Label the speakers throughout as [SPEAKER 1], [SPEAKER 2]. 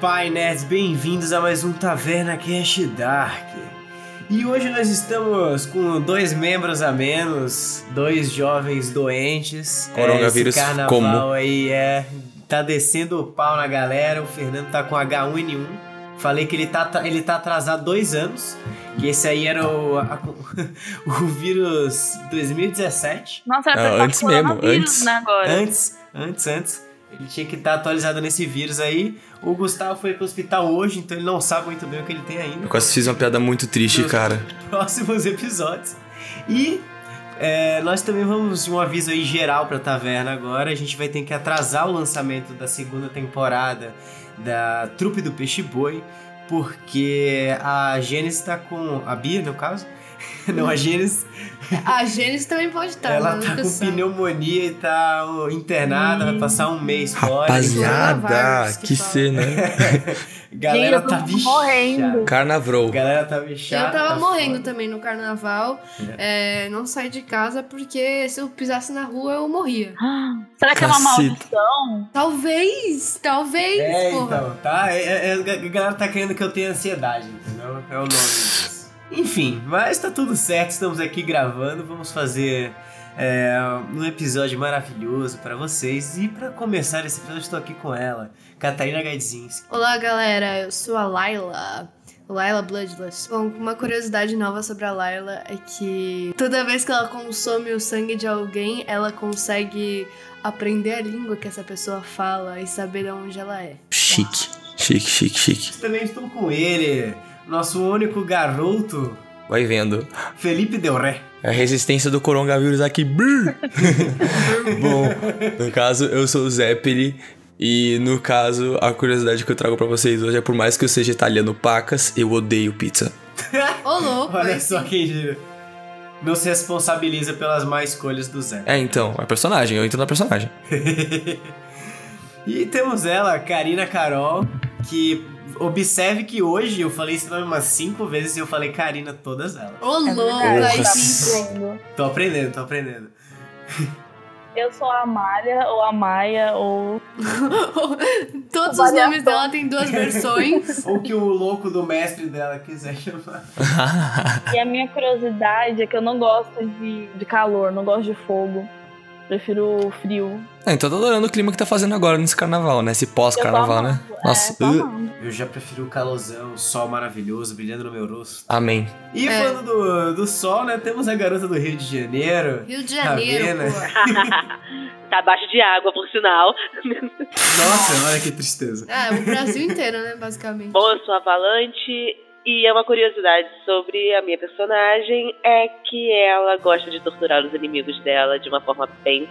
[SPEAKER 1] Vai, nerds, bem-vindos a mais um Taverna Cash Dark. E hoje nós estamos com dois membros a menos, dois jovens doentes.
[SPEAKER 2] Coronavírus
[SPEAKER 1] Esse carnaval
[SPEAKER 2] como?
[SPEAKER 1] aí é tá descendo o pau na galera. O Fernando tá com H1N1. Falei que ele tá ele tá atrasado dois anos. Que esse aí era o a- o vírus 2017.
[SPEAKER 3] Nossa, era pra
[SPEAKER 2] Não,
[SPEAKER 3] estar
[SPEAKER 2] É, antes
[SPEAKER 3] com
[SPEAKER 2] mesmo,
[SPEAKER 3] coronavírus,
[SPEAKER 2] antes.
[SPEAKER 3] né, agora.
[SPEAKER 1] Antes, antes, antes. Ele tinha que estar atualizado nesse vírus aí. O Gustavo foi pro hospital hoje, então ele não sabe muito bem o que ele tem ainda.
[SPEAKER 2] Eu quase fiz uma piada muito triste,
[SPEAKER 1] Justo.
[SPEAKER 2] cara.
[SPEAKER 1] Próximos episódios. E é, nós também vamos um aviso aí geral pra taverna agora. A gente vai ter que atrasar o lançamento da segunda temporada da Trupe do Peixe Boi, porque a Gênesis tá com. A Bia, no caso? Não, a Gênesis
[SPEAKER 4] A Gênesis também pode estar.
[SPEAKER 1] Ela
[SPEAKER 4] né?
[SPEAKER 1] tá
[SPEAKER 4] Nunca
[SPEAKER 1] com
[SPEAKER 4] sabe.
[SPEAKER 1] pneumonia e tá ó, internada, vai passar um mês fora.
[SPEAKER 2] Rapaziada,
[SPEAKER 4] Coronavírus
[SPEAKER 2] que,
[SPEAKER 4] que fala.
[SPEAKER 2] cena, né?
[SPEAKER 1] Galera
[SPEAKER 3] Gente, eu
[SPEAKER 1] tá
[SPEAKER 3] tô
[SPEAKER 1] bichada.
[SPEAKER 3] morrendo.
[SPEAKER 2] Carnaval.
[SPEAKER 1] Galera tá bichada.
[SPEAKER 4] Eu tava
[SPEAKER 1] tá
[SPEAKER 4] morrendo
[SPEAKER 1] foda.
[SPEAKER 4] também no carnaval. É, não saí de casa porque se eu pisasse na rua eu morria.
[SPEAKER 3] Ah, Será que é uma
[SPEAKER 2] Caceta.
[SPEAKER 3] maldição?
[SPEAKER 4] Talvez, talvez,
[SPEAKER 1] É,
[SPEAKER 4] porra.
[SPEAKER 1] então, tá? É, é, é, a galera tá querendo que eu tenha ansiedade, entendeu? É o nome disso. Enfim, mas tá tudo certo, estamos aqui gravando, vamos fazer é, um episódio maravilhoso pra vocês. E pra começar esse episódio, estou aqui com ela, Catarina Gaidzinski.
[SPEAKER 4] Olá, galera. Eu sou a Laila. Laila Bloodless. Bom, uma curiosidade nova sobre a Laila é que toda vez que ela consome o sangue de alguém, ela consegue aprender a língua que essa pessoa fala e saber de onde ela é.
[SPEAKER 2] Chique. Chique, chique, chique.
[SPEAKER 1] Também estou com ele, nosso único garoto,
[SPEAKER 2] Vai vendo.
[SPEAKER 1] Felipe Del Ré.
[SPEAKER 2] A resistência do coronavírus aqui. brrr. Bom, no caso, eu sou o Zeppeli. E no caso, a curiosidade que eu trago pra vocês hoje é por mais que eu seja italiano pacas, eu odeio pizza.
[SPEAKER 4] Ô, louco,
[SPEAKER 1] Olha
[SPEAKER 4] aí
[SPEAKER 1] só
[SPEAKER 4] sim.
[SPEAKER 1] quem gira. Não se responsabiliza pelas más escolhas do Zé.
[SPEAKER 2] É, então, é personagem, eu entro na personagem.
[SPEAKER 1] E temos ela, Karina Carol, que observe que hoje eu falei esse nome umas cinco vezes e eu falei Karina todas elas.
[SPEAKER 4] Ô, louco,
[SPEAKER 2] verdade.
[SPEAKER 4] aí tá
[SPEAKER 2] Porra.
[SPEAKER 4] sim.
[SPEAKER 1] Tô aprendendo, tô aprendendo.
[SPEAKER 3] Eu sou a Amália, ou a Maia, ou...
[SPEAKER 4] Todos os
[SPEAKER 3] Variação.
[SPEAKER 4] nomes dela tem duas versões.
[SPEAKER 1] Ou que o louco do mestre dela quiser chamar.
[SPEAKER 2] Ah,
[SPEAKER 3] E a minha curiosidade é que eu não gosto de, de calor, não gosto de fogo. Prefiro frio.
[SPEAKER 2] Ah, então eu tô adorando o clima que tá fazendo agora nesse carnaval, né? Esse pós-carnaval, né?
[SPEAKER 3] Nossa.
[SPEAKER 2] Nossa,
[SPEAKER 3] É, tô
[SPEAKER 2] uh,
[SPEAKER 3] amando.
[SPEAKER 1] Eu já prefiro o calorzão, o sol maravilhoso brilhando no meu rosto.
[SPEAKER 2] amém.
[SPEAKER 1] E
[SPEAKER 4] É.
[SPEAKER 1] falando do, do sol, né? Temos a garota do Rio de Janeiro.
[SPEAKER 4] Rio de
[SPEAKER 1] Tá
[SPEAKER 4] Janeiro,
[SPEAKER 1] vendo?
[SPEAKER 4] pô.
[SPEAKER 5] tá abaixo de água, por sinal.
[SPEAKER 1] Nossa, olha que tristeza.
[SPEAKER 4] É, o Brasil inteiro, né, basicamente.
[SPEAKER 5] Bom, eu sou a Valante e é uma curiosidade sobre a minha personagem é que ela gosta de torturar os inimigos dela de uma forma bem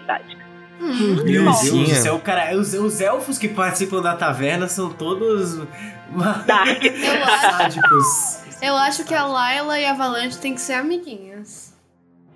[SPEAKER 5] sádica.
[SPEAKER 4] Hum,
[SPEAKER 1] Meu Deus
[SPEAKER 2] Sim.
[SPEAKER 1] do céu, cara, os, os elfos que participam da taverna são todos ma-
[SPEAKER 5] Dark.
[SPEAKER 4] eu, acho,
[SPEAKER 1] sádicos.
[SPEAKER 4] Tá. eu acho que a Laila e a Valante tem que ser amiguinhas.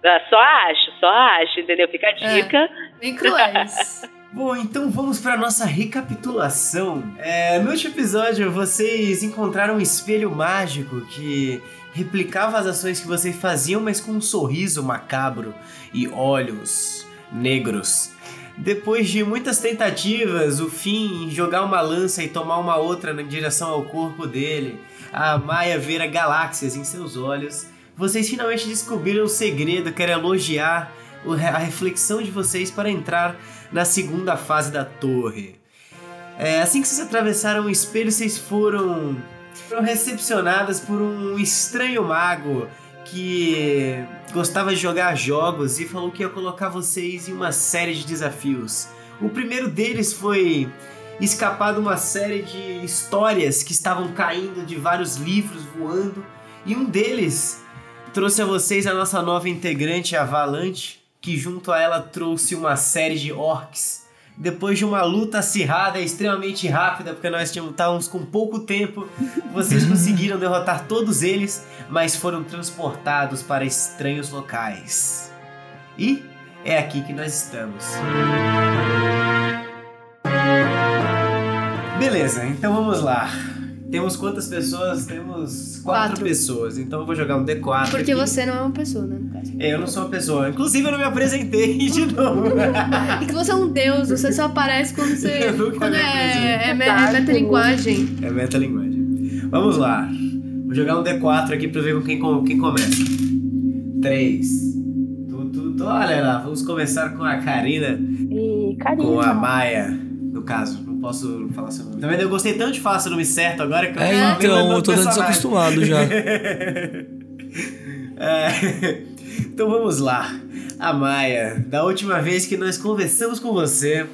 [SPEAKER 5] Ah, só acho, só acho, entendeu? Fica a
[SPEAKER 4] É.
[SPEAKER 5] dica.
[SPEAKER 4] Bem cruéis.
[SPEAKER 1] Bom, então vamos para nossa recapitulação. É, no último episódio, vocês encontraram um espelho mágico que replicava as ações que vocês faziam, mas com um sorriso macabro e olhos negros. Depois de muitas tentativas, o Finn jogar uma lança e tomar uma outra na direção ao corpo dele, a Maia vira galáxias em seus olhos, vocês finalmente descobriram o segredo que era elogiar o re- a reflexão de vocês para entrar na segunda fase da torre. É, assim que vocês atravessaram o espelho, vocês foram, foram recepcionadas por um estranho mago que gostava de jogar jogos e falou que ia colocar vocês em uma série de desafios. O primeiro deles foi escapar de uma série de histórias que estavam caindo de vários livros voando, e um deles trouxe a vocês a nossa nova integrante, a Valante, que junto a ela trouxe uma série de orcs. Depois de uma luta acirrada, e extremamente rápida, porque nós tínhamos- estávamos com pouco tempo, vocês conseguiram derrotar todos eles mas foram transportados para estranhos locais. E é aqui que nós estamos. Beleza, então vamos lá. Temos quantas pessoas? Temos quatro,
[SPEAKER 4] Quatro.
[SPEAKER 1] pessoas. Então eu vou jogar um D4.
[SPEAKER 4] Porque
[SPEAKER 1] aqui.
[SPEAKER 4] você não é uma pessoa, né, no caso.
[SPEAKER 1] É, eu não sou uma pessoa. Inclusive, eu não me apresentei de novo.
[SPEAKER 4] E que você é um deus, você só aparece quando você.
[SPEAKER 1] Tá. Eu nunca um.
[SPEAKER 4] quando
[SPEAKER 1] me
[SPEAKER 4] é,
[SPEAKER 1] apresento.
[SPEAKER 4] é, me- é metalinguagem.
[SPEAKER 1] é metalinguagem. Vamos lá. Vou jogar um D4 aqui pra ver com quem, com quem começa. Três. Tu, tu, tu- olha lá, vamos começar com a Karina.
[SPEAKER 3] E carinho. né?
[SPEAKER 1] Com
[SPEAKER 4] Então.
[SPEAKER 1] a Maia, no caso. Não posso falar seu nome. Também eu gostei tanto de falar seu nome certo agora que eu
[SPEAKER 2] É,
[SPEAKER 1] nem lembro
[SPEAKER 2] então,
[SPEAKER 1] do
[SPEAKER 2] eu tô dando
[SPEAKER 1] personagem.
[SPEAKER 2] desacostumado já.
[SPEAKER 1] É, então vamos lá. A Maia, da última vez que nós conversamos com você,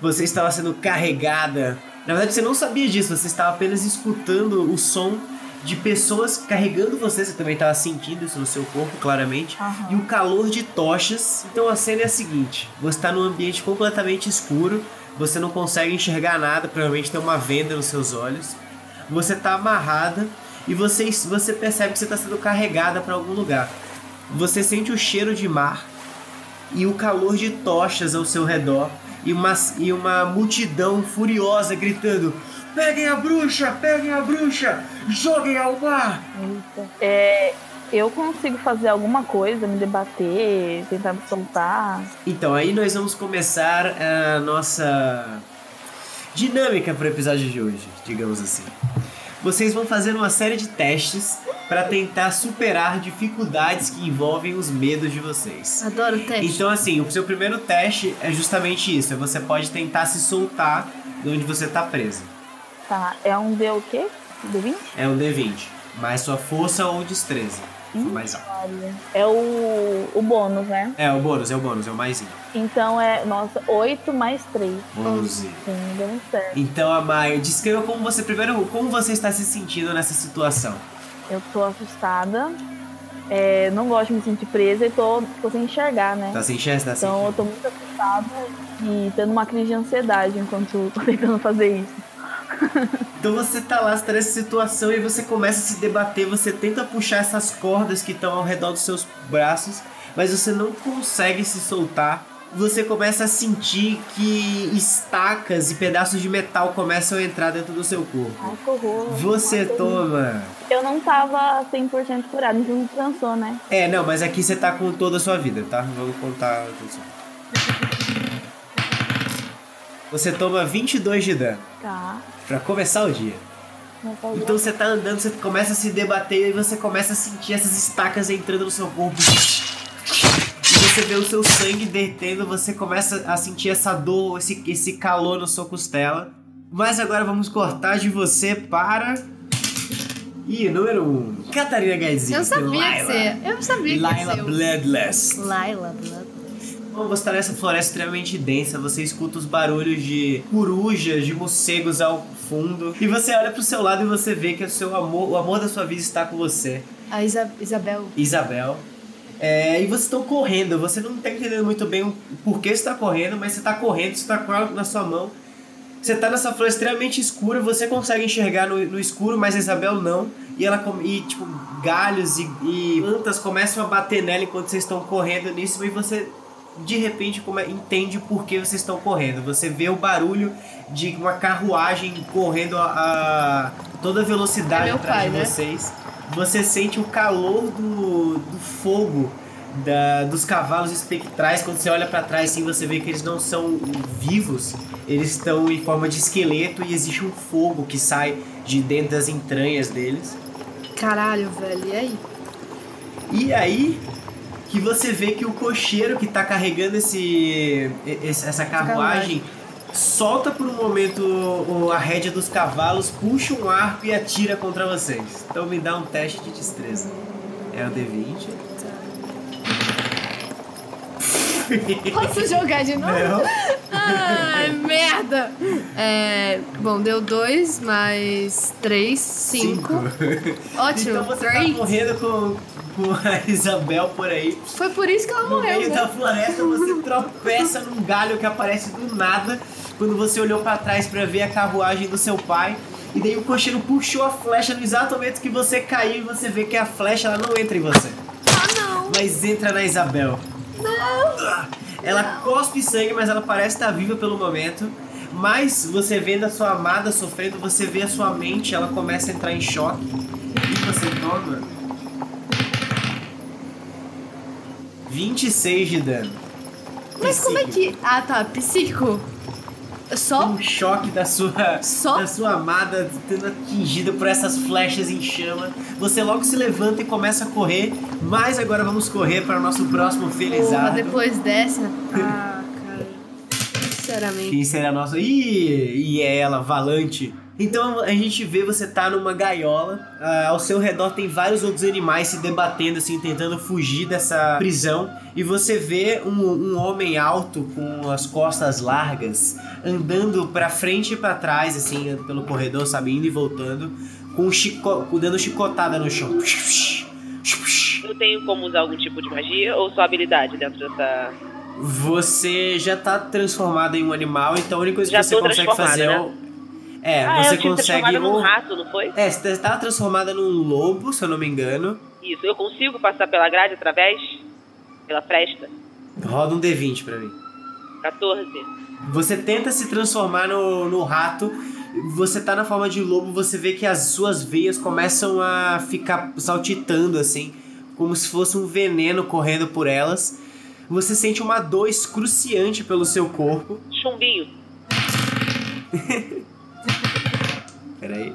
[SPEAKER 1] você estava sendo carregada. Na verdade, você não sabia disso, você estava apenas escutando o som de pessoas carregando você. Você também estava sentindo isso no seu corpo, claramente e o calor de tochas. Então a cena é a seguinte: você está num ambiente completamente escuro, você não consegue enxergar nada, provavelmente tem uma venda nos seus olhos. Você tá amarrada e você, você percebe que você está sendo carregada para algum lugar. Você sente o cheiro de mar e o calor de tochas ao seu redor e uma, e uma multidão furiosa gritando: Peguem a bruxa! Peguem a bruxa! Joguem ao mar!
[SPEAKER 3] Eita. É, eu consigo fazer alguma coisa, me debater, tentar me soltar.
[SPEAKER 1] Então, aí nós vamos começar a nossa dinâmica para o episódio de hoje, digamos assim. Vocês vão fazer uma série de testes para tentar superar dificuldades que envolvem os medos de vocês.
[SPEAKER 4] Adoro teste.
[SPEAKER 1] Então, assim, o seu primeiro teste é justamente isso: é você pode tentar se soltar de onde você tá preso.
[SPEAKER 3] Tá, é um D o quê? D20?
[SPEAKER 1] É um D20, mais sua força ou destreza. Foi
[SPEAKER 3] Ih,
[SPEAKER 1] mais alto.
[SPEAKER 3] Olha. É o, o bônus, né?
[SPEAKER 1] É, o bônus, é o bônus, é o mais
[SPEAKER 3] Então é, nossa, 8 mais 3.
[SPEAKER 1] 11.
[SPEAKER 3] Sim, deu muito certo.
[SPEAKER 1] Então, Amaya, descreva como você primeiro, como você está se sentindo nessa situação.
[SPEAKER 3] Eu tô assustada. É, não gosto de me sentir presa e tô, tô sem enxergar, né?
[SPEAKER 1] Tá sem chance, tá sem
[SPEAKER 3] Então eu
[SPEAKER 1] chance.
[SPEAKER 3] tô muito assustada e tendo uma crise de ansiedade enquanto tô tentando fazer isso.
[SPEAKER 1] Então você tá lá, você tá nessa situação e você começa a se debater, você tenta puxar essas cordas que estão ao redor dos seus braços, mas você não consegue se soltar. Você começa a sentir que estacas e pedaços de metal começam a entrar dentro do seu corpo.
[SPEAKER 3] Ai, que horror.
[SPEAKER 1] Você toma.
[SPEAKER 3] Eu não tava 100% curada, então me cansou, né?
[SPEAKER 1] É, não, mas aqui você tá com toda a sua vida, tá? Vamos contar tudo isso. Você toma 22 de dano
[SPEAKER 3] Tá.
[SPEAKER 1] pra começar o dia.
[SPEAKER 3] Não tá
[SPEAKER 1] Então você tá andando, você começa a se debater e aí você começa a sentir essas estacas entrando no seu corpo. E você vê o seu sangue derretendo, você começa a sentir essa dor, esse, esse calor na sua costela. Mas agora vamos cortar de você para. Ih, número 1. Um. Catarina Gaizinho.
[SPEAKER 4] Eu sabia que
[SPEAKER 1] Laila.
[SPEAKER 4] você. Eu sabia que
[SPEAKER 1] Laila
[SPEAKER 4] você.
[SPEAKER 1] Bloodless.
[SPEAKER 4] Laila Blood.
[SPEAKER 1] Quando você tá nessa floresta extremamente densa, você escuta os barulhos de corujas, de morcegos ao fundo. E você olha pro seu lado e você vê que o seu amor, o amor da sua vida está com você,
[SPEAKER 4] A Isa- Isabel.
[SPEAKER 1] Isabel. É, e vocês estão correndo, você não tá entendendo muito bem o porquê você tá correndo, mas você tá correndo, você tá com ela na sua mão. Você tá nessa floresta extremamente escura, você consegue enxergar no, no escuro, mas a Isabel não. E ela come- e, tipo, galhos e, e plantas começam a bater nela enquanto vocês estão correndo nisso, e você de repente come- entende por que vocês estão correndo. Você vê o barulho de uma carruagem correndo a, a toda velocidade
[SPEAKER 4] É meu
[SPEAKER 1] atrás
[SPEAKER 4] pai,
[SPEAKER 1] de
[SPEAKER 4] né?
[SPEAKER 1] vocês. Você sente o calor do, do fogo da- dos cavalos espectrais. Quando você olha pra trás, assim, você vê que eles não são vivos. Eles estão em forma de esqueleto e existe um fogo que sai de dentro das entranhas deles.
[SPEAKER 4] Caralho, velho. E aí?
[SPEAKER 1] E aí que você vê que o cocheiro que tá carregando esse, esse- essa carruagem solta por um momento o- o- a rédea dos cavalos, puxa um arco e atira contra vocês. Então me dá um teste de destreza. É o D20.
[SPEAKER 4] Posso jogar de novo?
[SPEAKER 1] É
[SPEAKER 4] Ai, Ah, merda! É, bom, deu dois, mais três, cinco. Ótimo,
[SPEAKER 1] Então você tá
[SPEAKER 4] great.
[SPEAKER 1] correndo com, com a Isabel por aí.
[SPEAKER 4] Foi por isso que ela
[SPEAKER 1] No
[SPEAKER 4] morreu.
[SPEAKER 1] meio
[SPEAKER 4] né?
[SPEAKER 1] da floresta você tropeça num galho que aparece do nada quando você olhou pra trás pra ver a carruagem do seu pai. E daí o cocheiro puxou a flecha no exato momento que você caiu e você vê que a flecha ela não entra em você,
[SPEAKER 4] Ah, não!
[SPEAKER 1] mas entra na Isabel. Não! Ela cospe sangue, mas ela parece estar viva pelo momento. Mas você vendo a sua amada sofrendo, você vê a sua mente, ela começa a entrar em choque. E você toma 26 de dano.
[SPEAKER 4] Mas como é que. Ah, tá. Psíquico. Só.
[SPEAKER 1] Um choque da sua
[SPEAKER 4] Só.
[SPEAKER 1] da sua amada sendo atingida por essas flechas em chama. Você logo se levanta e começa a correr, mas agora vamos correr para o nosso próximo
[SPEAKER 4] Porra,
[SPEAKER 1] felizardo.
[SPEAKER 4] depois dessa. Ah, cara. Sinceramente.
[SPEAKER 1] Quem será nosso? Ih, e é ela, Valante. Então a gente vê você tá numa gaiola, ah, ao seu redor tem vários outros animais se debatendo, assim, tentando fugir dessa prisão. E você vê um, um homem alto com as costas largas andando pra frente e pra trás, assim, pelo corredor, sabe, indo e voltando, com um chico dando chicotada no chão.
[SPEAKER 5] Eu tenho como usar algum tipo de magia ou só habilidade dentro dessa.
[SPEAKER 1] Você já tá transformado em um animal, então a única coisa
[SPEAKER 5] Já
[SPEAKER 1] que você
[SPEAKER 5] tô
[SPEAKER 1] consegue
[SPEAKER 5] transformada,
[SPEAKER 1] fazer é. o- É,
[SPEAKER 5] ah,
[SPEAKER 1] você
[SPEAKER 5] eu tive
[SPEAKER 1] consegue.
[SPEAKER 5] transformada num
[SPEAKER 1] ou-
[SPEAKER 5] rato, não foi?
[SPEAKER 1] É, você tá transformada num lobo, se eu não me engano.
[SPEAKER 5] Isso. Eu consigo passar pela grade através? Pela fresta?
[SPEAKER 1] Roda um D20 pra mim.
[SPEAKER 5] 14.
[SPEAKER 1] Você tenta se transformar no, no rato, você tá na forma de lobo, você vê que as suas veias começam a ficar saltitando assim, como se fosse um veneno correndo por elas. Você sente uma dor excruciante pelo seu corpo.
[SPEAKER 5] Chumbinho.
[SPEAKER 1] Peraí.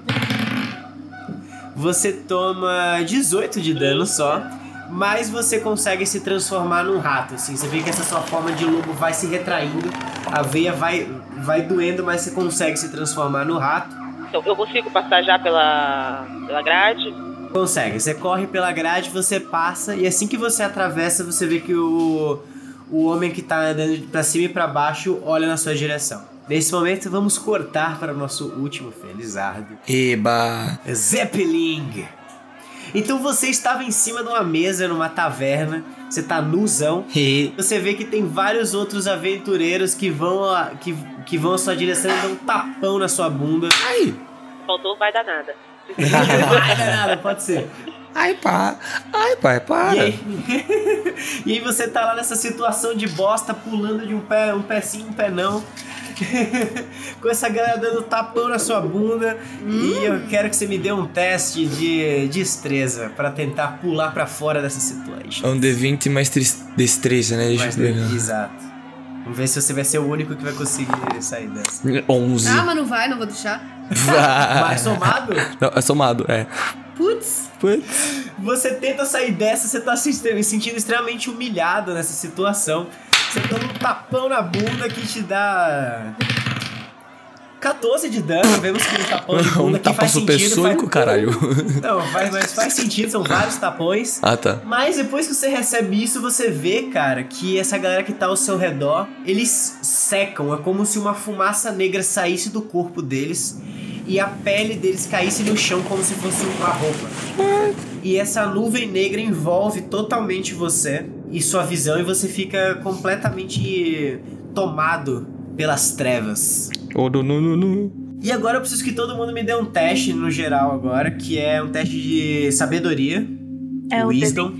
[SPEAKER 1] Você toma 18 de dano só, mas você consegue se transformar num rato, assim. Você vê que essa sua forma de lobo vai se retraindo, a veia vai, vai doendo, mas você consegue se transformar no rato.
[SPEAKER 5] Então, eu consigo passar já pela, pela grade?
[SPEAKER 1] Consegue. Você corre pela grade, você passa, e assim que você atravessa, você vê que o, o homem que tá andando pra cima e pra baixo olha na sua direção. Nesse momento, vamos cortar para o nosso último felizardo.
[SPEAKER 2] Eba!
[SPEAKER 1] Zeppeling. Então você estava em cima de uma mesa numa taverna, você tá nuzão.
[SPEAKER 2] E
[SPEAKER 1] Você vê que tem vários outros aventureiros que vão a, que, que vão à sua direção e dão um tapão na sua bunda.
[SPEAKER 2] Ai!
[SPEAKER 5] Faltou, vai dar nada.
[SPEAKER 1] Não é nada, pode ser.
[SPEAKER 2] Ai, pá! Ai, pai, para!
[SPEAKER 1] E aí, e aí você tá lá nessa situação de bosta, pulando de um pé, um pé sim, um pé não. Com essa galera dando tapão na sua bunda. E eu quero que você me dê um teste de destreza pra tentar pular pra fora dessa situação.
[SPEAKER 2] É um D20 mais tris- destreza, né?
[SPEAKER 1] Mas,
[SPEAKER 2] Deixa eu ver.
[SPEAKER 1] exato. Vamos ver se você vai ser o único que vai conseguir sair dessa.
[SPEAKER 2] 11.
[SPEAKER 4] Ah, mas não vai, não vou deixar.
[SPEAKER 1] Mas somado,
[SPEAKER 2] Não, é somado, é.
[SPEAKER 4] Putz.
[SPEAKER 2] Putz.
[SPEAKER 1] você tenta sair dessa, você tá se se sentindo extremamente humilhado nessa situação. Você toma um tapão na bunda que te dá. 14 de dano, vemos que um tapão de bunda
[SPEAKER 2] Um
[SPEAKER 1] que
[SPEAKER 2] tapa
[SPEAKER 1] faz
[SPEAKER 2] super
[SPEAKER 1] sentido. faz-
[SPEAKER 2] soico, caralho.
[SPEAKER 1] Então, faz, mas faz sentido, são vários tapões.
[SPEAKER 2] Ah, tá.
[SPEAKER 1] Mas depois que você recebe isso, você vê, cara, que essa galera que tá ao seu redor, eles secam. É como se uma fumaça negra saísse do corpo deles e a pele deles caísse no chão como se fosse uma roupa. E essa nuvem negra envolve totalmente você e sua visão e você fica completamente tomado pelas trevas.
[SPEAKER 2] Oh, no, no, no, no.
[SPEAKER 1] E agora eu preciso que todo mundo me dê um teste no geral agora, que é um teste de sabedoria.
[SPEAKER 3] É um
[SPEAKER 1] Wisdom.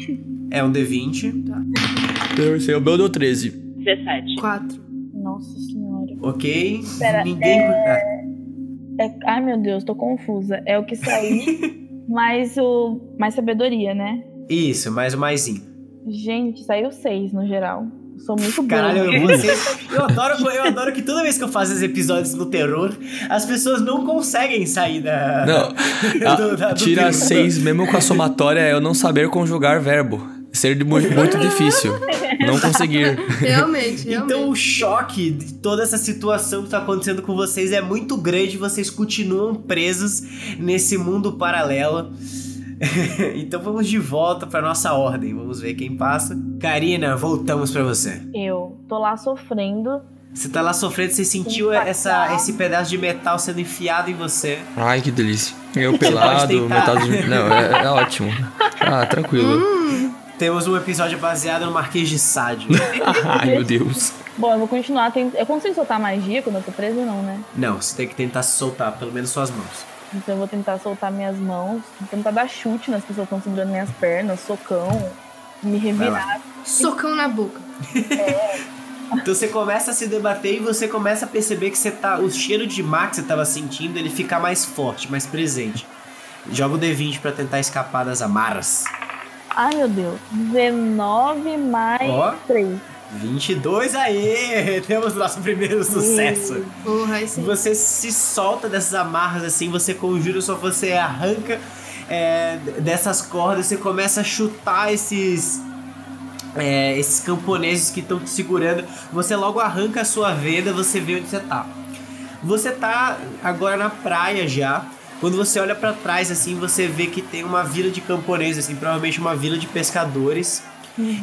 [SPEAKER 1] É um D20.
[SPEAKER 2] Eu sei, o meu deu 13.
[SPEAKER 5] 17.
[SPEAKER 4] Quatro.
[SPEAKER 3] Nossa senhora.
[SPEAKER 1] Ok.
[SPEAKER 3] Pera,
[SPEAKER 1] Ninguém. Ah,
[SPEAKER 3] É- Ai meu Deus, tô confusa. É o que saiu, mais o. Mais sabedoria, né?
[SPEAKER 1] Isso, mais um maisinho.
[SPEAKER 3] Gente, saiu seis no geral. Eu Sou muito boa.
[SPEAKER 1] Caralho, eu, vocês- eu, adoro, eu adoro que toda vez que eu faço esses episódios no terror, as pessoas não conseguem sair da.
[SPEAKER 2] Não,
[SPEAKER 1] do- da- do
[SPEAKER 2] tira
[SPEAKER 1] terror.
[SPEAKER 2] 6 mesmo com a somatória é eu não saber conjugar verbo. Ser de mu- muito difícil. Não conseguir.
[SPEAKER 4] Realmente, realmente.
[SPEAKER 1] Então o choque de toda essa situação que tá acontecendo com vocês é muito grande, vocês continuam presos nesse mundo paralelo. então vamos de volta pra nossa ordem, vamos ver quem passa. Karina, voltamos pra você.
[SPEAKER 3] Eu tô lá sofrendo.
[SPEAKER 1] Você tá lá sofrendo, você sentiu
[SPEAKER 3] Impactar.
[SPEAKER 1] essa, esse pedaço de metal sendo enfiado em você.
[SPEAKER 2] Ai, que delícia. Eu
[SPEAKER 1] pode
[SPEAKER 2] pelado,
[SPEAKER 1] tentar.
[SPEAKER 2] metade de... Não, é, é ótimo. Ah,
[SPEAKER 1] Hum.
[SPEAKER 2] tranquilo.
[SPEAKER 1] Temos um episódio baseado no Marquês de Sádio.
[SPEAKER 2] Ai, meu Deus.
[SPEAKER 3] Bom, eu vou continuar. tent- Eu consigo soltar magia quando eu tô presa, não, né?
[SPEAKER 1] Não, você tem que tentar se soltar, pelo menos suas mãos.
[SPEAKER 3] Então eu vou tentar soltar minhas mãos, vou tentar dar chute nas pessoas que estão segurando minhas pernas, socão, me
[SPEAKER 1] Vai
[SPEAKER 3] revirar.
[SPEAKER 1] lá.
[SPEAKER 4] Socão na boca.
[SPEAKER 1] Então você começa a se debater e você começa a perceber que você tá. O cheiro de mar que você tava sentindo, ele fica mais forte, mais presente. Joga o D20 pra tentar escapar das amarras.
[SPEAKER 3] Ai, meu Deus. 19 mais
[SPEAKER 1] Ó.
[SPEAKER 3] 3.
[SPEAKER 1] 22 aí! Temos nosso primeiro sucesso.
[SPEAKER 4] Porra, esse...
[SPEAKER 1] Você se solta dessas amarras assim, você conjura, só você arranca é, dessas cordas, você começa a chutar esses. é, esses camponeses que estão te segurando. Você logo arranca a sua venda, você vê onde você tá. Você tá agora na praia já. Quando você olha pra trás assim, você vê que tem uma vila de camponeses, assim, provavelmente uma vila de pescadores.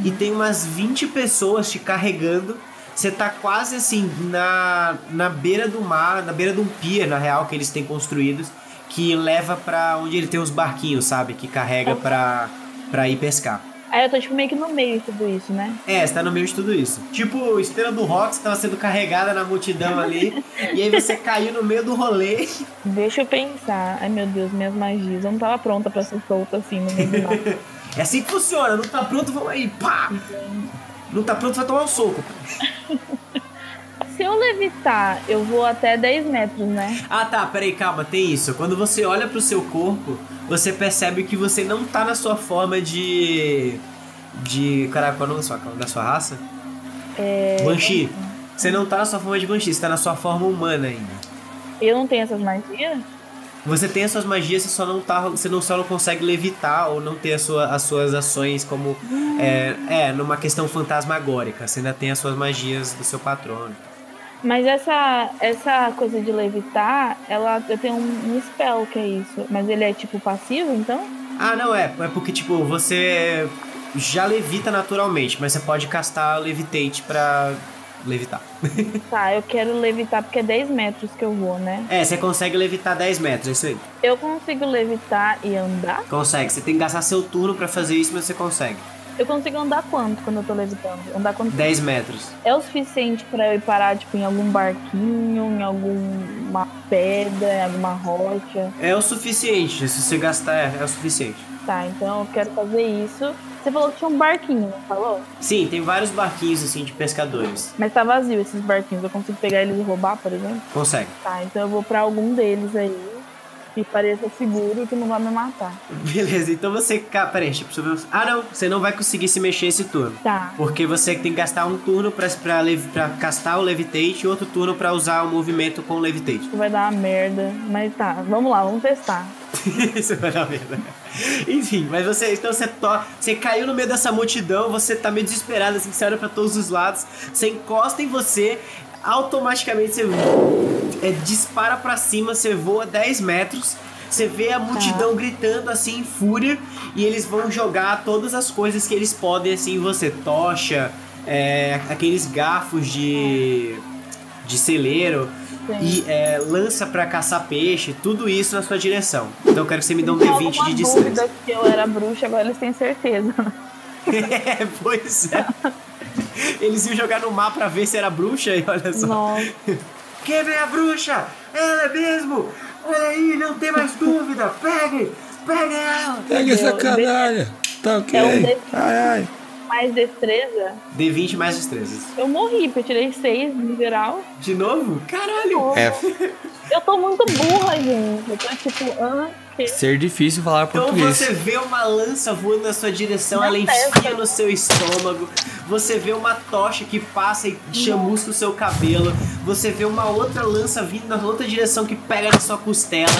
[SPEAKER 1] E tem umas 20 pessoas te carregando você tá quase assim na, na beira do mar, na beira de um pier, na real, que eles têm construídos, que leva pra onde ele tem os barquinhos, sabe? Que carrega pra, pra ir pescar.
[SPEAKER 3] Aí eu tô tipo meio que no meio de tudo isso, né?
[SPEAKER 1] É, você tá no meio de tudo isso. Tipo, Estrela do Rock, você tava sendo carregada na multidão ali, e aí você caiu no meio do rolê.
[SPEAKER 3] Deixa eu pensar. Ai, meu Deus, minhas magias. Eu não tava pronta pra ser solta assim no meio do nada.
[SPEAKER 1] É assim que funciona, não tá pronto, vamos aí, pá! Não tá pronto, vai tomar um soco.
[SPEAKER 3] Se eu levitar, eu vou até 10 metros, né?
[SPEAKER 1] Ah tá, peraí, calma, tem isso. Quando você olha pro seu corpo, você percebe que você não tá na sua forma de. De. Caraca, qual é o nome da sua, da sua raça? É. Banshee. Você não tá na sua forma de Banshee, você tá na sua forma humana ainda.
[SPEAKER 3] Eu não tenho essas magias?
[SPEAKER 1] Você tem as suas magias, você só não, tá, você não, só não consegue levitar ou não tem a sua, as suas ações como. É, é, numa questão fantasmagórica. Você ainda tem as suas magias do seu patrono.
[SPEAKER 3] Mas essa, essa coisa de levitar, ela, eu tenho um, um spell que é isso. Mas ele é tipo passivo, então?
[SPEAKER 1] Ah, não, é. É porque, tipo, você já levita naturalmente, mas você pode castar Levitate pra levitar.
[SPEAKER 3] Tá, eu quero levitar porque é 10 metros que eu vou, né?
[SPEAKER 1] É, você consegue levitar 10 metros, é isso aí.
[SPEAKER 3] Eu consigo levitar e andar?
[SPEAKER 1] Consegue. Você tem que gastar seu turno pra fazer isso, mas você consegue.
[SPEAKER 3] Eu consigo andar quanto quando eu tô levitando? Andar quanto?
[SPEAKER 1] 10 metros.
[SPEAKER 3] É o suficiente pra eu ir parar, tipo, em algum barquinho, em alguma pedra, em alguma rocha?
[SPEAKER 1] É o suficiente. Se você gastar, é, é o suficiente.
[SPEAKER 3] Tá, então eu quero fazer isso. Você falou que tinha um barquinho, não falou?
[SPEAKER 1] Sim, tem vários barquinhos, assim, de pescadores.
[SPEAKER 3] Mas tá vazio esses barquinhos. Eu consigo pegar eles e roubar, por exemplo?
[SPEAKER 1] Consegue.
[SPEAKER 3] Tá, então eu vou pra algum deles aí. Que pareça seguro que não vai me matar.
[SPEAKER 1] Beleza, então você... ca- Peraí, deixa eu ver. Ah, não. Você não vai conseguir se mexer esse turno.
[SPEAKER 3] Tá.
[SPEAKER 1] Porque você tem que gastar um turno pra, pra, lev- pra castar o Levitate e outro turno pra usar o movimento com o Levitate.
[SPEAKER 3] Vai dar uma merda. Mas tá, vamos lá, vamos testar.
[SPEAKER 1] Isso vai dar merda. Enfim, mas você. Então você to, Você caiu no meio dessa multidão, você tá meio desesperado, assim, você olha pra todos os lados, você encosta em você, automaticamente você é, dispara pra cima, você voa 10 metros. Você vê a multidão gritando assim em fúria e eles vão jogar todas as coisas que eles podem assim em você. Tocha, é, aqueles garfos de, de celeiro,
[SPEAKER 3] Sim.
[SPEAKER 1] e é, lança pra caçar peixe, tudo isso na sua direção. Então eu quero que você me dê um D20
[SPEAKER 3] alguma
[SPEAKER 1] de
[SPEAKER 3] dúvida
[SPEAKER 1] distância.
[SPEAKER 3] que eu era bruxa, agora eles têm certeza.
[SPEAKER 1] é, pois é. Eles iam jogar no mar pra ver se era bruxa e olha só.
[SPEAKER 3] Nossa.
[SPEAKER 1] Quem é a bruxa? Ela é mesmo! Olha aí, não tem mais dúvida! Peguem! Peguem ela!
[SPEAKER 2] Pega essa
[SPEAKER 3] Entendeu?
[SPEAKER 2] canalha. Tá ok.
[SPEAKER 3] É um desses.
[SPEAKER 2] Ai, ai.
[SPEAKER 3] Mais destreza,
[SPEAKER 1] D20 mais destrezas.
[SPEAKER 3] eu morri, porque eu tirei seis no geral.
[SPEAKER 1] De novo? Caralho!
[SPEAKER 2] É
[SPEAKER 3] Eu tô muito burra, gente. Eu tô tipo, ah, que...
[SPEAKER 2] ser difícil falar
[SPEAKER 1] Então
[SPEAKER 2] português.
[SPEAKER 1] você vê uma lança voando na sua direção,
[SPEAKER 3] Na
[SPEAKER 1] ela
[SPEAKER 3] testa.
[SPEAKER 1] enfia no seu estômago. Você vê uma tocha que passa e chamusca o seu cabelo. Você vê uma outra lança vindo na outra direção que pega na sua costela.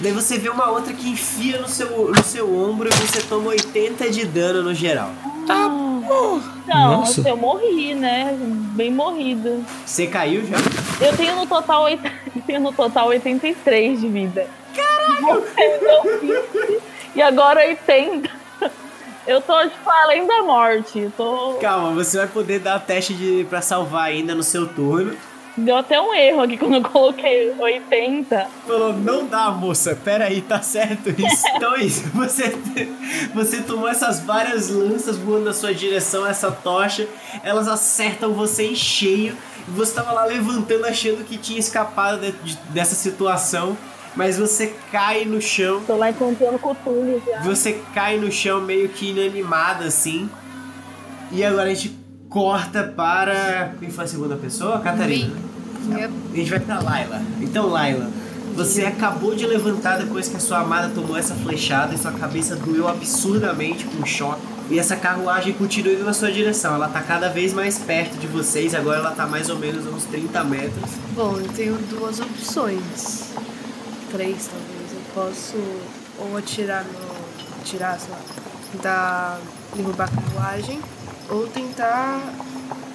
[SPEAKER 1] Daí você vê uma outra que enfia no seu, no seu ombro e você toma 80 de dano no geral.
[SPEAKER 3] Não,
[SPEAKER 2] Nossa.
[SPEAKER 3] Então, assim, eu morri, né? Bem morrido.
[SPEAKER 1] Você caiu já?
[SPEAKER 3] Eu tenho no total, oit- eu tenho no total 83 de vida. Caralho! Você me deu 20, e agora 80. Eu tô, tipo, além da morte. Eu Tô...
[SPEAKER 1] Calma, você vai poder dar teste de, pra salvar ainda no seu turno.
[SPEAKER 3] Deu até um erro aqui quando eu coloquei 80.
[SPEAKER 1] Falou, não dá, moça, peraí, tá certo isso. Então é isso, você, você tomou essas várias lanças voando na sua direção, essa tocha, elas acertam você em cheio, e você tava lá levantando achando que tinha escapado de- de- dessa situação, mas você cai no chão,
[SPEAKER 3] Tô lá encontrando com o Túlio já.
[SPEAKER 1] você cai no chão meio que inanimado assim, e agora a gente corta para. Quem foi a segunda pessoa? Catarina.
[SPEAKER 4] Yep.
[SPEAKER 1] A gente vai pra Laila. Então, Laila, você acabou de levantar depois que a sua amada tomou essa flechada e sua cabeça doeu absurdamente com o choque. E essa carruagem continua indo na sua direção. Ela tá cada vez mais perto de vocês. Agora ela tá mais ou menos a uns 30 metros.
[SPEAKER 4] Bom, eu tenho duas opções. Três, talvez. Eu posso ou atirar no. Atirar, sei lá. Tentar derrubar a carruagem. Ou tentar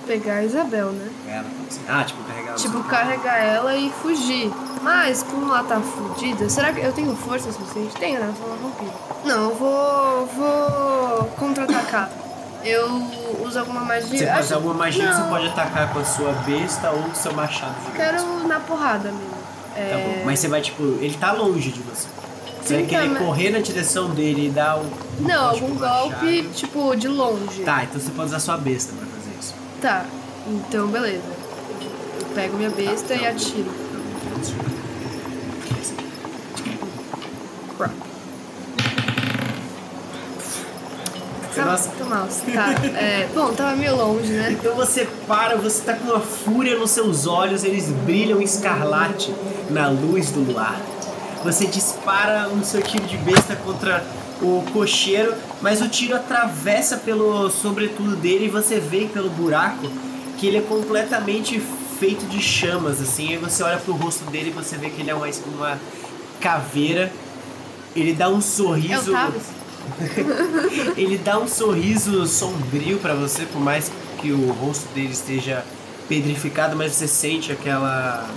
[SPEAKER 4] pegar a Isabel, né?
[SPEAKER 1] Ela, ah, tipo, carregar
[SPEAKER 4] Tipo, carregar ela e fugir. Mas, como ela tá fudida, será que eu tenho força suficiente? Tenho, né? Eu sou uma vampira. Não, eu vou. vou contra-atacar. Eu uso alguma magia.
[SPEAKER 1] Você faz
[SPEAKER 4] Acho-
[SPEAKER 1] alguma magia,
[SPEAKER 4] Não.
[SPEAKER 1] você pode atacar com a sua besta ou o seu machado de
[SPEAKER 4] Quero na porrada mesmo. É,
[SPEAKER 1] Tá bom. Mas você vai, tipo, ele tá longe de você. Você vai
[SPEAKER 4] Sim,
[SPEAKER 1] querer
[SPEAKER 4] tá, mas-
[SPEAKER 1] correr na direção dele e dar um.
[SPEAKER 4] Não,
[SPEAKER 1] tipo,
[SPEAKER 4] algum
[SPEAKER 1] um
[SPEAKER 4] golpe,
[SPEAKER 1] machado.
[SPEAKER 4] tipo, de longe.
[SPEAKER 1] Tá, então você pode usar sua besta pra fazer isso.
[SPEAKER 4] Tá, então beleza. Eu pego minha besta e atiro. Crap. Tá,
[SPEAKER 1] Nossa.
[SPEAKER 4] tô mal. Tá, é, bom, tava meio longe, né?
[SPEAKER 1] Então você para, você tá com uma fúria nos seus olhos, eles brilham escarlate na luz do luar. Você dispara o seu tiro de besta contra o cocheiro, mas o tiro atravessa pelo sobretudo dele e você vê pelo buraco que ele é completamente feito de chamas, assim. Aí você olha pro rosto dele e você vê que ele é uma, uma caveira. Ele dá um
[SPEAKER 4] É o
[SPEAKER 1] sorriso.
[SPEAKER 4] Tavis?
[SPEAKER 1] Ele dá um sorriso sombrio pra você, por mais que o rosto dele esteja pedrificado, mas você sente aquela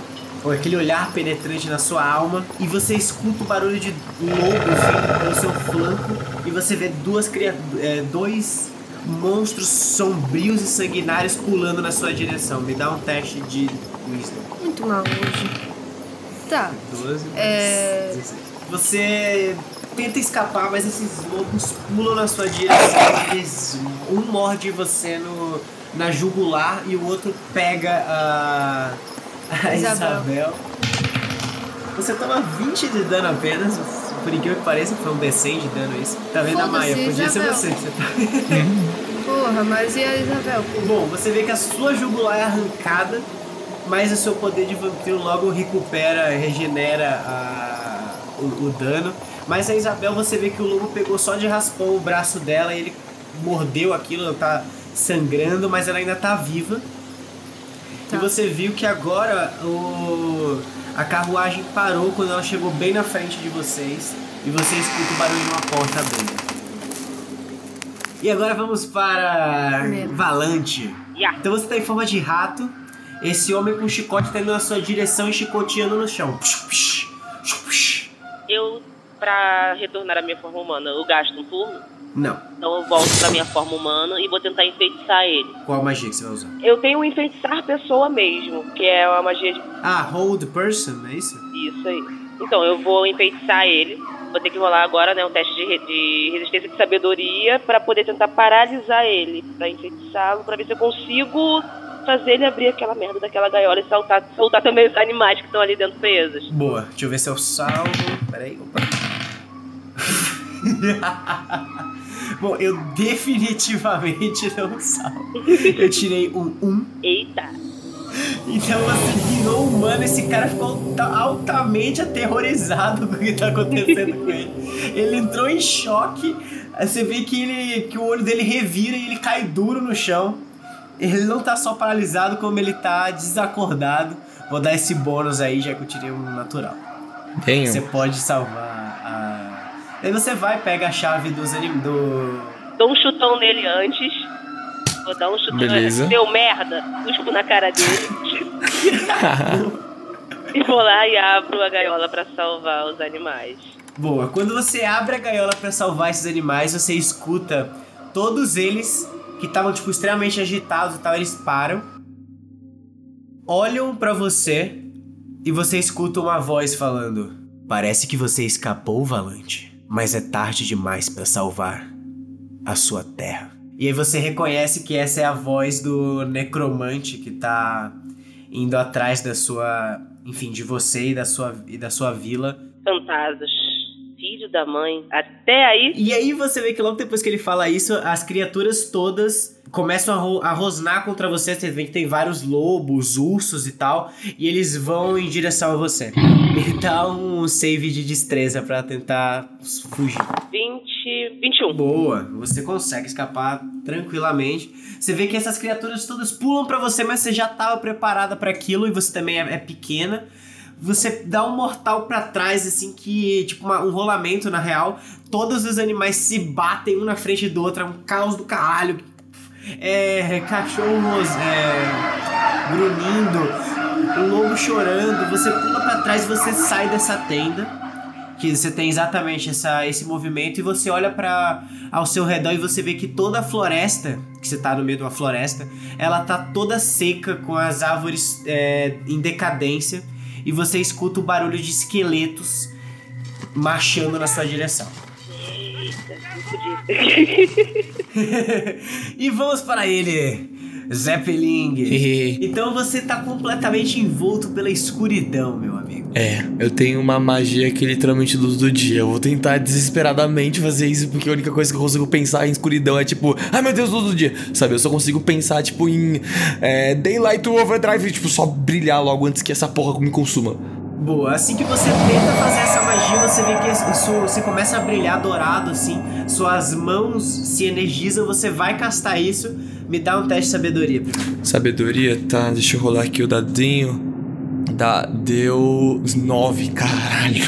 [SPEAKER 1] ou aquele olhar penetrante na sua alma e você escuta o barulho de lobos vindo pelo seu flanco e você vê duas cria... é, dois monstros sombrios e sanguinários pulando na sua direção. Me dá um teste de wisdom.
[SPEAKER 4] Muito mal hoje. Tá,
[SPEAKER 1] 12,
[SPEAKER 4] É.
[SPEAKER 1] 16. Você tenta escapar, mas esses lobos pulam na sua direção. Eles, um morde você no, na jugular e o outro pega a, a
[SPEAKER 4] Isabel.
[SPEAKER 1] Isabel. Você toma 20 de dano apenas. Por incrível que pareça, foi um decente de dano isso. Tá vendo a
[SPEAKER 4] Foda-se,
[SPEAKER 1] Maia? Podia
[SPEAKER 4] Isabel.
[SPEAKER 1] ser você que você tá.
[SPEAKER 4] porra, mas e a Isabel?
[SPEAKER 1] Bom, você vê que a sua jugular é arrancada, mas o seu poder de vampiro logo recupera, regenera a- o, o dano. Mas a Isabel, você vê que o lobo pegou só de raspão o braço dela e ele mordeu aquilo, ela tá sangrando, mas ela ainda tá viva.
[SPEAKER 4] Tá.
[SPEAKER 1] E você viu que agora o, a carruagem parou quando ela chegou bem na frente de vocês e você escuta o barulho de uma porta abrindo. E agora vamos para
[SPEAKER 4] Primeiro.
[SPEAKER 1] Valante.
[SPEAKER 5] Yeah.
[SPEAKER 1] Então você tá em forma de rato. Esse homem com chicote tá indo na sua direção e chicoteando no chão. Psh, psh, psh, psh.
[SPEAKER 5] Eu, pra retornar à minha forma humana, eu gasto um turno.
[SPEAKER 1] Não.
[SPEAKER 5] Então eu volto pra minha forma humana e vou tentar enfeitiçar ele.
[SPEAKER 1] Qual magia que você vai usar?
[SPEAKER 5] Eu tenho um enfeitiçar pessoa mesmo, que é uma magia de
[SPEAKER 1] Ah, hold person, é isso?
[SPEAKER 5] Isso aí. Então, eu vou enfeitiçar ele. Vou ter que rolar agora, né, um teste de, re- de resistência de sabedoria pra poder tentar paralisar ele, pra enfeitiçá-lo, pra ver se eu consigo fazer ele abrir aquela merda daquela gaiola e saltar, soltar também os animais que estão ali dentro presos.
[SPEAKER 1] Boa. Deixa eu ver se eu salvo. Peraí, opa. Bom, eu definitivamente não salvo. Eu tirei um 1.
[SPEAKER 5] Eita!
[SPEAKER 1] Então você virou humano, esse cara ficou ta- altamente aterrorizado com o que tá acontecendo com ele. Ele entrou em choque, aí você vê que, ele, que o olho dele revira e ele cai duro no chão. Ele não tá só paralisado, como ele tá desacordado. Vou dar esse bônus aí, já que eu tirei um natural.
[SPEAKER 2] Tenho.
[SPEAKER 1] Você pode salvar a. Aí você vai, pega a chave dos anim... do.
[SPEAKER 5] Dou um chutão nele antes. Vou dar um chutão.
[SPEAKER 2] Beleza.
[SPEAKER 5] Deu merda. Cuspo na cara dele. e vou lá e abro a gaiola pra salvar os animais.
[SPEAKER 1] Boa. Quando você abre a gaiola pra salvar esses animais, você escuta todos eles que estavam tipo extremamente agitados e tal, eles param. Olham pra você e você escuta uma voz falando: "Parece que você escapou, Valante, mas é tarde demais pra salvar a sua terra". E aí você reconhece que essa é a voz do necromante que tá indo atrás da sua, enfim, de você e da sua e da sua vila
[SPEAKER 5] Fantasas. Filho Filho da mãe. Até aí.
[SPEAKER 1] E aí você vê que logo depois que ele fala isso, as criaturas todas começam a, ro a rosnar contra você. Você vê que tem vários lobos, ursos e tal. E eles vão em direção a você. Me dá um save de destreza pra tentar fugir.
[SPEAKER 5] 20. 21.
[SPEAKER 1] Boa, você consegue escapar tranquilamente. Você vê que essas criaturas todas pulam pra você, mas você já estava preparada para aquilo e você também é, é pequena. Você dá um mortal pra trás, assim, que, tipo, uma- um rolamento na real. Todos os animais se batem um na frente do outro, é um caos do caralho. É. cachorros. É. grunhindo, um lobo chorando. Você pula pra trás, você sai dessa tenda. Que você tem exatamente essa, esse movimento e você olha para ao seu redor e você vê que toda a floresta, que você tá no meio de uma floresta, ela tá toda seca com as árvores é, em decadência e você escuta o barulho de esqueletos marchando na sua direção. e vamos para ele, Zeppeling. Então você tá completamente envolto pela escuridão, meu amigo.
[SPEAKER 2] É, eu tenho uma magia que é literalmente luz do dia. Eu vou tentar desesperadamente fazer isso, porque a única coisa que eu consigo pensar em escuridão é tipo, ai meu Deus, luz do dia. Sabe, eu só consigo pensar, tipo, em é, Daylight to Overdrive, tipo, só brilhar logo antes que essa porra me consuma.
[SPEAKER 1] Boa, assim que você tenta fazer essa magia, você vê que a sua- você começa a brilhar dourado, assim, suas mãos se energizam, você vai castar isso. Me dá um teste de sabedoria. primeiro.
[SPEAKER 2] Sabedoria, tá? Deixa eu rolar aqui o dadinho. Tá, deu 9, caralho.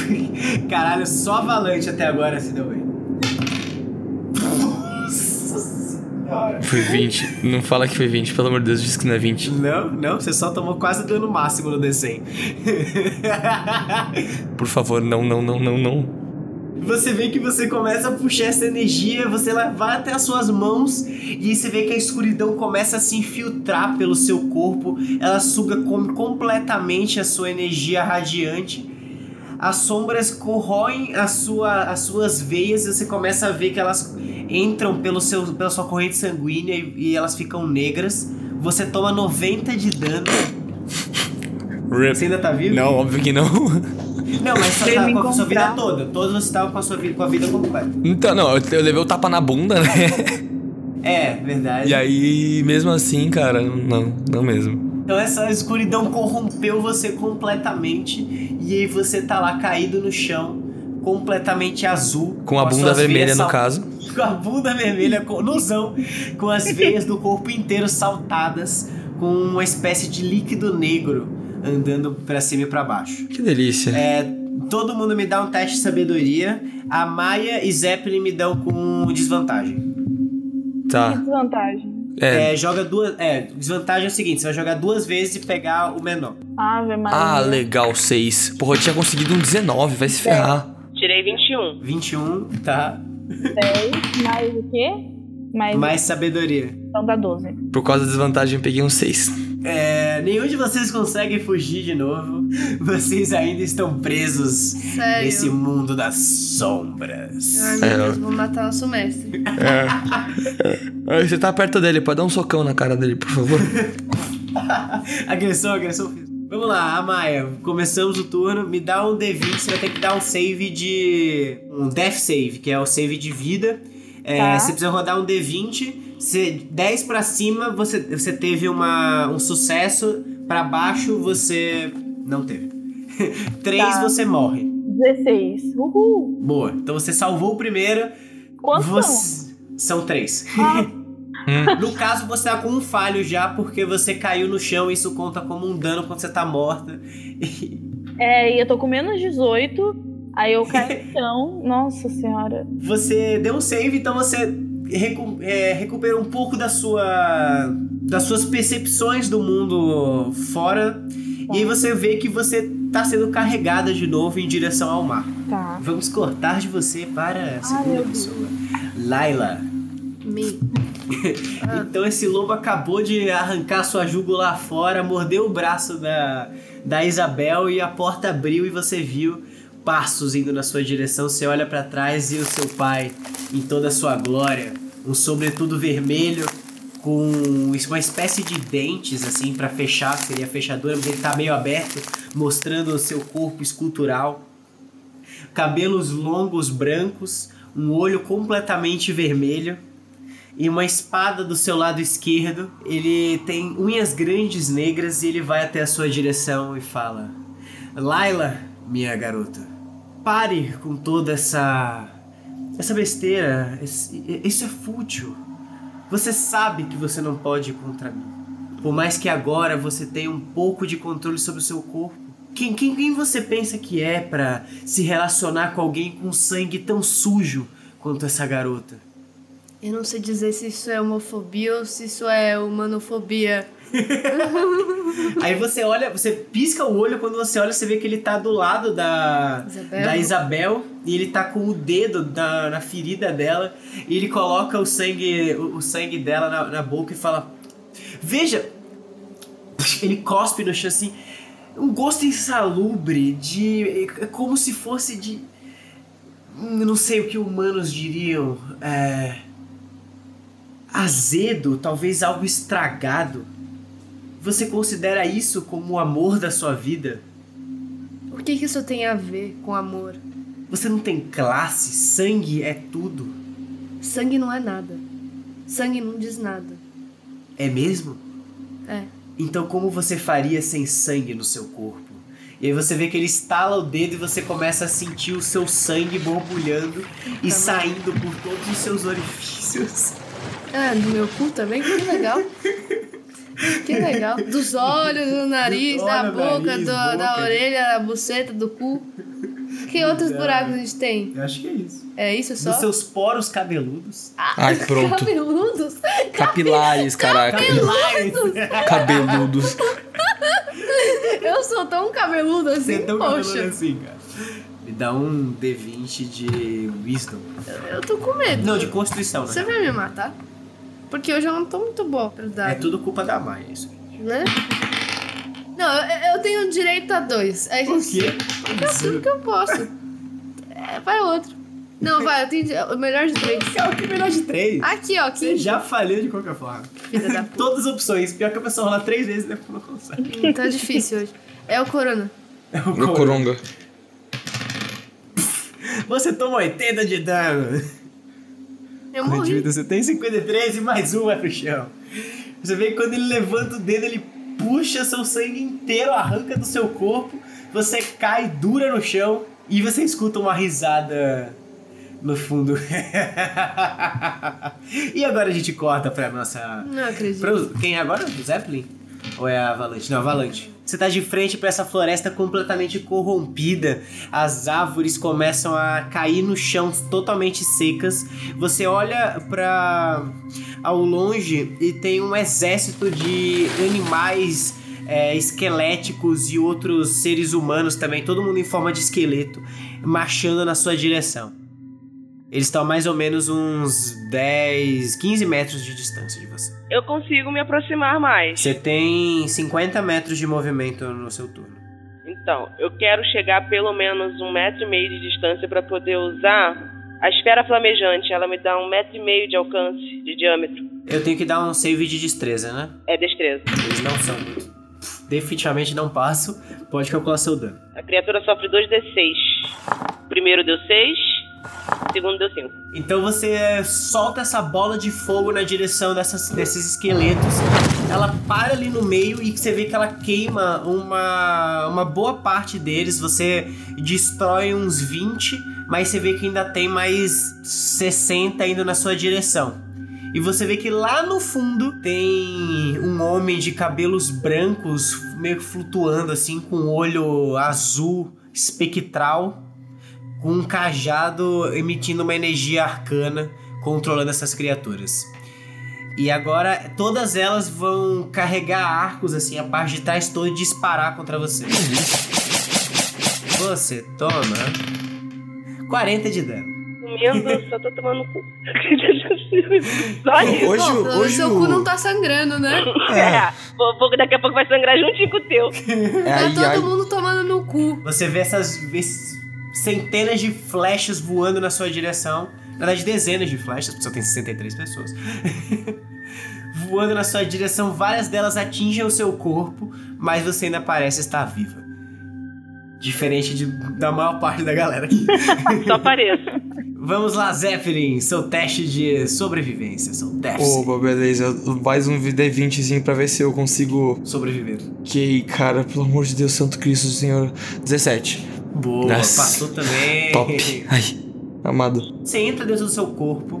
[SPEAKER 1] Caralho, só avalanche até agora se deu bem.
[SPEAKER 2] Foi 20. Não fala que foi 20, pelo amor de Deus, diz que não é 20.
[SPEAKER 1] Não, não, você só tomou quase dano máximo no desenho.
[SPEAKER 2] Por favor, não, não, não, não, não.
[SPEAKER 1] Você vê que você começa a puxar essa energia, você lá vai até as suas mãos e aí você vê que a escuridão começa a se infiltrar pelo seu corpo, ela suga com- completamente a sua energia radiante. As sombras corroem a sua, as suas veias e você começa a ver que elas entram pelo seu, pela sua corrente sanguínea e, e elas ficam negras. Você toma 90 de dano.
[SPEAKER 2] Rip.
[SPEAKER 1] Você ainda tá vivo?
[SPEAKER 2] Não, óbvio que não.
[SPEAKER 1] Não, mas você
[SPEAKER 4] Sem
[SPEAKER 1] tá
[SPEAKER 4] me
[SPEAKER 1] com a sua vida
[SPEAKER 4] encontrar.
[SPEAKER 1] toda. Todos você estavam com a sua vida, com a vida completa.
[SPEAKER 2] Então, não, eu, eu levei o tapa na bunda, né?
[SPEAKER 1] É, verdade.
[SPEAKER 2] E aí, mesmo assim, cara, não, não mesmo.
[SPEAKER 1] Então essa escuridão corrompeu você completamente e aí você tá lá caído no chão, completamente azul,
[SPEAKER 2] Com
[SPEAKER 1] as
[SPEAKER 2] a bunda
[SPEAKER 1] suas
[SPEAKER 2] vermelha,
[SPEAKER 1] veias
[SPEAKER 2] no
[SPEAKER 1] sal-
[SPEAKER 2] caso.
[SPEAKER 1] com a bunda vermelha com- nozão, com as veias do corpo inteiro saltadas, com uma espécie de líquido negro andando pra cima e pra baixo.
[SPEAKER 2] Que delícia.
[SPEAKER 1] É, todo mundo me dá um teste de sabedoria. A Maia e Zeppelin me dão com desvantagem.
[SPEAKER 3] Que
[SPEAKER 2] Tá.
[SPEAKER 3] desvantagem.
[SPEAKER 2] É.
[SPEAKER 1] É, joga duas. É, desvantagem é o seguinte: você vai jogar duas vezes e pegar o menor.
[SPEAKER 3] Ave Maria.
[SPEAKER 2] Ah, legal, 6. Porra, eu tinha conseguido um 19, vai se ferrar.
[SPEAKER 5] Tirei 21.
[SPEAKER 1] 21, tá?
[SPEAKER 3] 10, mais o quê? Mais,
[SPEAKER 1] Mais sabedoria.
[SPEAKER 3] então dá 12.
[SPEAKER 2] Por causa da desvantagem, eu peguei um 6.
[SPEAKER 1] É, nenhum de vocês consegue fugir de novo. Vocês ainda estão presos
[SPEAKER 4] Sério.
[SPEAKER 1] nesse mundo das sombras.
[SPEAKER 4] Ai,
[SPEAKER 2] É.
[SPEAKER 4] meu Deus, vou matar nosso mestre.
[SPEAKER 2] É. Você tá perto dele, pode dar um socão na cara dele, por favor.
[SPEAKER 1] agressão, agressão física. Vamos lá, Amaya. Começamos o turno. Me dá um D20. Você vai ter que dar um save de. Um death save, que é o save de vida. É,
[SPEAKER 3] Tá.
[SPEAKER 1] Você precisa rodar um D20. Se 10 pra cima, você, você teve uma, um sucesso. Pra baixo, você não teve. 3,
[SPEAKER 3] Tá.
[SPEAKER 1] você morre.
[SPEAKER 3] 16. Uhul.
[SPEAKER 1] Boa. Então você salvou o primeiro.
[SPEAKER 3] Quantos são? Ah,
[SPEAKER 1] Você- São três. no caso, você tá com um falho já, porque você caiu no chão e isso conta como um dano quando você tá morta.
[SPEAKER 3] É, e eu tô com menos 18. Aí eu caí no chão. Nossa senhora.
[SPEAKER 1] Você deu um save, então você recu- é, recuperou um pouco da sua, das suas percepções do mundo fora. E aí você vê que você tá sendo carregada de novo em direção ao mar.
[SPEAKER 3] Tá.
[SPEAKER 1] Vamos cortar de você para a segunda
[SPEAKER 3] meu Deus.
[SPEAKER 1] pessoa. Laila.
[SPEAKER 4] Me.
[SPEAKER 1] Então esse lobo acabou de arrancar sua jugular fora, mordeu o braço da, da Isabel e a porta abriu e você viu passos indo na sua direção. Você olha pra trás e o seu pai, em toda a sua glória, um sobretudo vermelho com uma espécie de dentes assim pra fechar, seria a fechadura, mas ele tá meio aberto, mostrando o seu corpo escultural. cabelos longos brancos, um olho completamente vermelho e uma espada do seu lado esquerdo. Ele tem unhas grandes negras e ele vai até a sua direção e fala: Laila, minha garota, pare com toda essa. essa besteira. esse- Isso é fútil. Você sabe que você não pode ir contra mim. Por mais que agora você tenha um pouco de controle sobre o seu corpo. Quem, quem, quem você pensa que é pra se relacionar com alguém com sangue tão sujo quanto essa garota?
[SPEAKER 4] Eu não sei dizer se isso é homofobia ou se isso é humanofobia.
[SPEAKER 1] Aí você olha, você pisca o olho, quando você olha, você vê que ele tá do lado da,
[SPEAKER 4] Isabel?
[SPEAKER 1] da Isabel e ele tá com o dedo na, na ferida dela e ele coloca o sangue, o, o sangue dela na, na boca e fala: Veja! Ele cospe no chão assim, um gosto insalubre, de. é como se fosse de. hum, eu Não sei o que humanos diriam. É, azedo, talvez algo estragado. Você considera isso como o amor da sua vida?
[SPEAKER 4] O que, que isso tem a ver com amor?
[SPEAKER 1] Você não tem classe, sangue é tudo.
[SPEAKER 4] Sangue não é nada. Sangue não diz nada.
[SPEAKER 1] É mesmo?
[SPEAKER 4] É.
[SPEAKER 1] Então como você faria sem sangue no seu corpo? E aí você vê que ele estala o dedo e você começa a sentir o seu sangue borbulhando e
[SPEAKER 4] Tá bom.
[SPEAKER 1] saindo por todos os seus orifícios.
[SPEAKER 4] Ah, do meu cu também? Que legal. Que legal. Dos olhos, do nariz,
[SPEAKER 1] Do
[SPEAKER 4] da
[SPEAKER 1] olho,
[SPEAKER 4] boca,
[SPEAKER 1] nariz,
[SPEAKER 4] do- da
[SPEAKER 1] boca.
[SPEAKER 4] orelha, da buceta, do cu. Que outros
[SPEAKER 1] Não.
[SPEAKER 4] buracos a gente tem?
[SPEAKER 1] Eu acho que é isso.
[SPEAKER 4] É isso só?
[SPEAKER 1] Dos seus poros cabeludos.
[SPEAKER 2] Ai, pronto.
[SPEAKER 4] Cabeludos?
[SPEAKER 2] Capilares, caraca.
[SPEAKER 1] Capilares!
[SPEAKER 2] Cabeludos.
[SPEAKER 4] Eu sou tão cabeludo
[SPEAKER 1] Você
[SPEAKER 4] assim,
[SPEAKER 1] é tão cabeludo
[SPEAKER 4] poxa.
[SPEAKER 1] assim, cara. Me dá um D20 de wisdom.
[SPEAKER 4] Eu tô com medo.
[SPEAKER 1] Não, de constituição, né?
[SPEAKER 4] Você vai me matar? Porque hoje eu não tô muito boa pra dar.
[SPEAKER 1] É tudo culpa da Maia, isso.
[SPEAKER 4] Né? Não, eu, eu tenho direito a dois. A
[SPEAKER 1] Por
[SPEAKER 4] gente,
[SPEAKER 1] quê?
[SPEAKER 4] Eu assumo que eu posso. É, vai outro. Não, vai, eu tenho di- o melhor de três.
[SPEAKER 1] É o que melhor de três.
[SPEAKER 4] Aqui, ó,
[SPEAKER 1] Você
[SPEAKER 4] 15.
[SPEAKER 1] já falhou de qualquer forma.
[SPEAKER 4] Filha da puta.
[SPEAKER 1] Todas as opções. Pior que a pessoa rola três vezes e depois não consegue.
[SPEAKER 4] Tá difícil hoje. É o Corona.
[SPEAKER 1] É o
[SPEAKER 2] Meu
[SPEAKER 1] coro.
[SPEAKER 2] coronga.
[SPEAKER 1] Você toma 80 de dano.
[SPEAKER 4] Eu
[SPEAKER 1] Quando
[SPEAKER 4] morri.
[SPEAKER 1] indivíduo, Você tem 53 e mais um vai pro chão. Você vê que quando ele levanta o dedo, ele puxa seu sangue inteiro, arranca do seu corpo. Você cai dura no chão e você escuta uma risada no fundo. e agora a gente corta pra nossa
[SPEAKER 4] Não acredito.
[SPEAKER 1] Pro- quem é agora? O Zeppelin? Ou é a Avalanche? Não, Avalanche. Você tá de frente pra essa floresta completamente corrompida. As árvores começam a cair no chão totalmente secas. Você olha pra ao longe e tem um exército de animais é, esqueléticos e outros seres humanos também, todo mundo em forma de esqueleto, marchando na sua direção. Eles estão a mais ou menos uns 10, 15 metros de distância de você.
[SPEAKER 5] Eu consigo me aproximar mais.
[SPEAKER 1] Você tem 50 metros de movimento no seu turno.
[SPEAKER 5] Então, eu quero chegar pelo menos um metro e meio de distância para poder usar a esfera flamejante. Ela me dá um metro e meio de alcance, de diâmetro.
[SPEAKER 1] Eu tenho que dar um save de destreza, né?
[SPEAKER 5] É destreza.
[SPEAKER 1] Eles não são muito. Definitivamente não passo. Pode calcular seu dano.
[SPEAKER 5] A criatura sofre 2d6. Primeiro deu 6, segundo deu 5.
[SPEAKER 1] Então você solta essa bola de fogo na direção dessas- desses esqueletos. Ela para ali no meio e você vê que ela queima uma, uma boa parte deles. Você destrói uns 20, mas você vê que ainda tem mais 60 indo na sua direção. E você vê que lá no fundo tem um homem de cabelos brancos meio que flutuando assim, com um olho azul espectral com um cajado emitindo uma energia arcana controlando essas criaturas. E agora todas elas vão carregar arcos assim, a parte de trás toda e disparar contra você. Você toma 40 de dano.
[SPEAKER 5] Comendo, só tô tomando cu. Só isso.
[SPEAKER 2] Hoje,
[SPEAKER 4] Bom,
[SPEAKER 2] o-
[SPEAKER 4] pelo menos
[SPEAKER 2] hoje
[SPEAKER 4] seu cu não
[SPEAKER 2] o...
[SPEAKER 4] tá sangrando, né?
[SPEAKER 5] É, vou- vou- daqui a pouco vai sangrar juntinho com o teu.
[SPEAKER 2] É,
[SPEAKER 4] Tá
[SPEAKER 2] ai,
[SPEAKER 4] todo
[SPEAKER 2] ai.
[SPEAKER 4] mundo tomando no cu.
[SPEAKER 1] Você vê essas esses centenas de flechas voando na sua direção. Na verdade, dezenas de flechas, porque só tem 63 pessoas. voando na sua direção, várias delas atingem o seu corpo, mas você ainda parece estar viva. Diferente de- da maior parte da galera aqui.
[SPEAKER 5] Só pareço.
[SPEAKER 1] Vamos lá, Zeppelin, seu teste de sobrevivência, seu teste.
[SPEAKER 2] Oba, beleza. Mais um D20zinho pra ver se eu consigo.
[SPEAKER 1] Sobreviver.
[SPEAKER 2] Ok, cara, pelo amor de Deus, Santo Cristo, Senhor. 17.
[SPEAKER 1] Boa,
[SPEAKER 2] Nossa.
[SPEAKER 1] passou também.
[SPEAKER 2] Top. Ai, amado.
[SPEAKER 1] Você entra dentro do seu corpo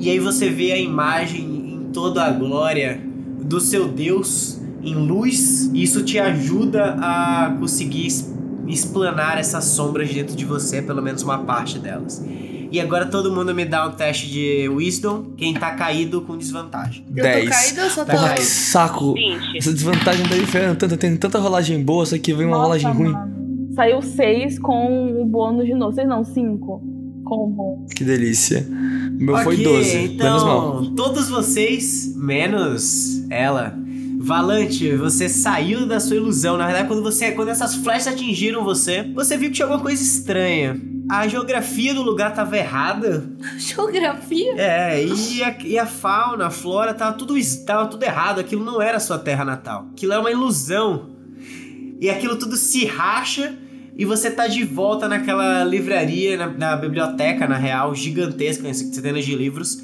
[SPEAKER 1] e aí você vê a imagem em toda a glória do seu Deus em luz. E isso te ajuda a conseguir es- explanar essas sombras dentro de você, pelo menos uma parte delas. E agora todo mundo me dá um teste de Wisdom. Quem tá caído com desvantagem.
[SPEAKER 4] Eu tô
[SPEAKER 2] 10.
[SPEAKER 4] caída ou só tô.
[SPEAKER 2] Porra, que saco.
[SPEAKER 5] 20.
[SPEAKER 2] Essa desvantagem tá inferno. Tanta, tem tanta rolagem boa, só que vem uma rolagem ruim.
[SPEAKER 3] mano. Saiu seis com o bônus de novo. Seis não, cinco. Com o bônus.
[SPEAKER 2] Que delícia. O meu foi
[SPEAKER 1] Ok,
[SPEAKER 2] 12.
[SPEAKER 1] Então,
[SPEAKER 2] Menos mal.
[SPEAKER 1] todos vocês, menos ela. Valante, você saiu da sua ilusão. Na verdade, quando você, quando essas flechas atingiram você, você viu que tinha alguma coisa estranha. A geografia do lugar tava errada.
[SPEAKER 4] Geografia?
[SPEAKER 1] É, e a, e a fauna, a flora, tava tudo, es- tava tudo errado. Aquilo não era sua terra natal. Aquilo é uma ilusão. E aquilo tudo se racha e você tá de volta naquela livraria, na, na biblioteca, na real, gigantesca, com centenas de livros.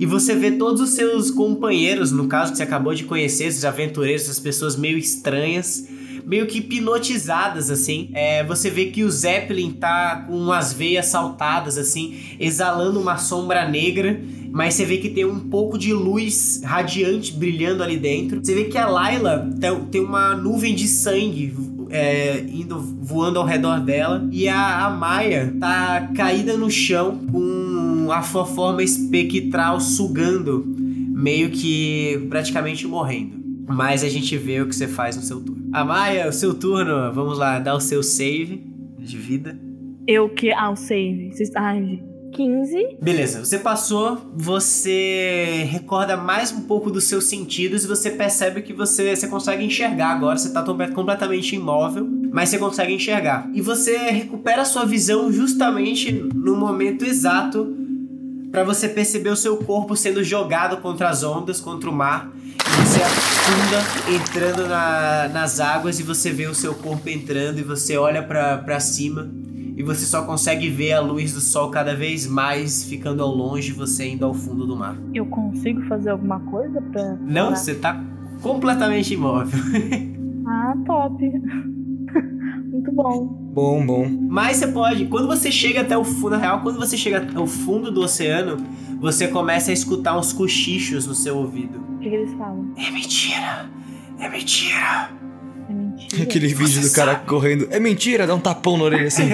[SPEAKER 1] E você vê todos os seus companheiros, no caso que você acabou de conhecer, esses aventureiros, essas pessoas meio estranhas, meio que hipnotizadas, assim. É, você vê que o Zeppelin tá com as veias saltadas, assim, exalando uma sombra negra. Mas você vê que tem um pouco de luz radiante brilhando ali dentro. Você vê que a Laila tem- tem uma nuvem de sangue é, indo voando ao redor dela. E a, a Maia tá caída no chão com a sua forma espectral sugando, meio que praticamente morrendo. Mas a gente vê o que você faz no seu turno. A Maia, o seu turno, vamos lá, dá o seu save de vida.
[SPEAKER 3] Eu que. Ah, o save. Vocês- Ai, gente. 15.
[SPEAKER 1] Beleza, você passou, você recorda mais um pouco dos seus sentidos e você percebe que você, você consegue enxergar agora, você tá tombe- completamente imóvel, mas você consegue enxergar. E você recupera a sua visão justamente no momento exato para você perceber o seu corpo sendo jogado contra as ondas, contra o mar, e você afunda entrando na- nas águas e você vê o seu corpo entrando e você olha pra pra cima e você só consegue ver a luz do sol cada vez mais ficando ao longe, você indo ao fundo do mar.
[SPEAKER 3] Eu consigo fazer alguma coisa pra.
[SPEAKER 1] Não,
[SPEAKER 3] pra-
[SPEAKER 1] você tá completamente imóvel.
[SPEAKER 3] Ah, top. Muito bom.
[SPEAKER 2] Bom, bom.
[SPEAKER 1] Mas você pode, quando você chega até o fundo, na real, quando você chega até o fundo do oceano, você começa a escutar uns cochichos no seu ouvido.
[SPEAKER 3] O que, que eles falam?
[SPEAKER 1] É mentira! É mentira!
[SPEAKER 3] É mentira.
[SPEAKER 2] Aquele vídeo do cara correndo. É mentira, dá um tapão na orelha assim.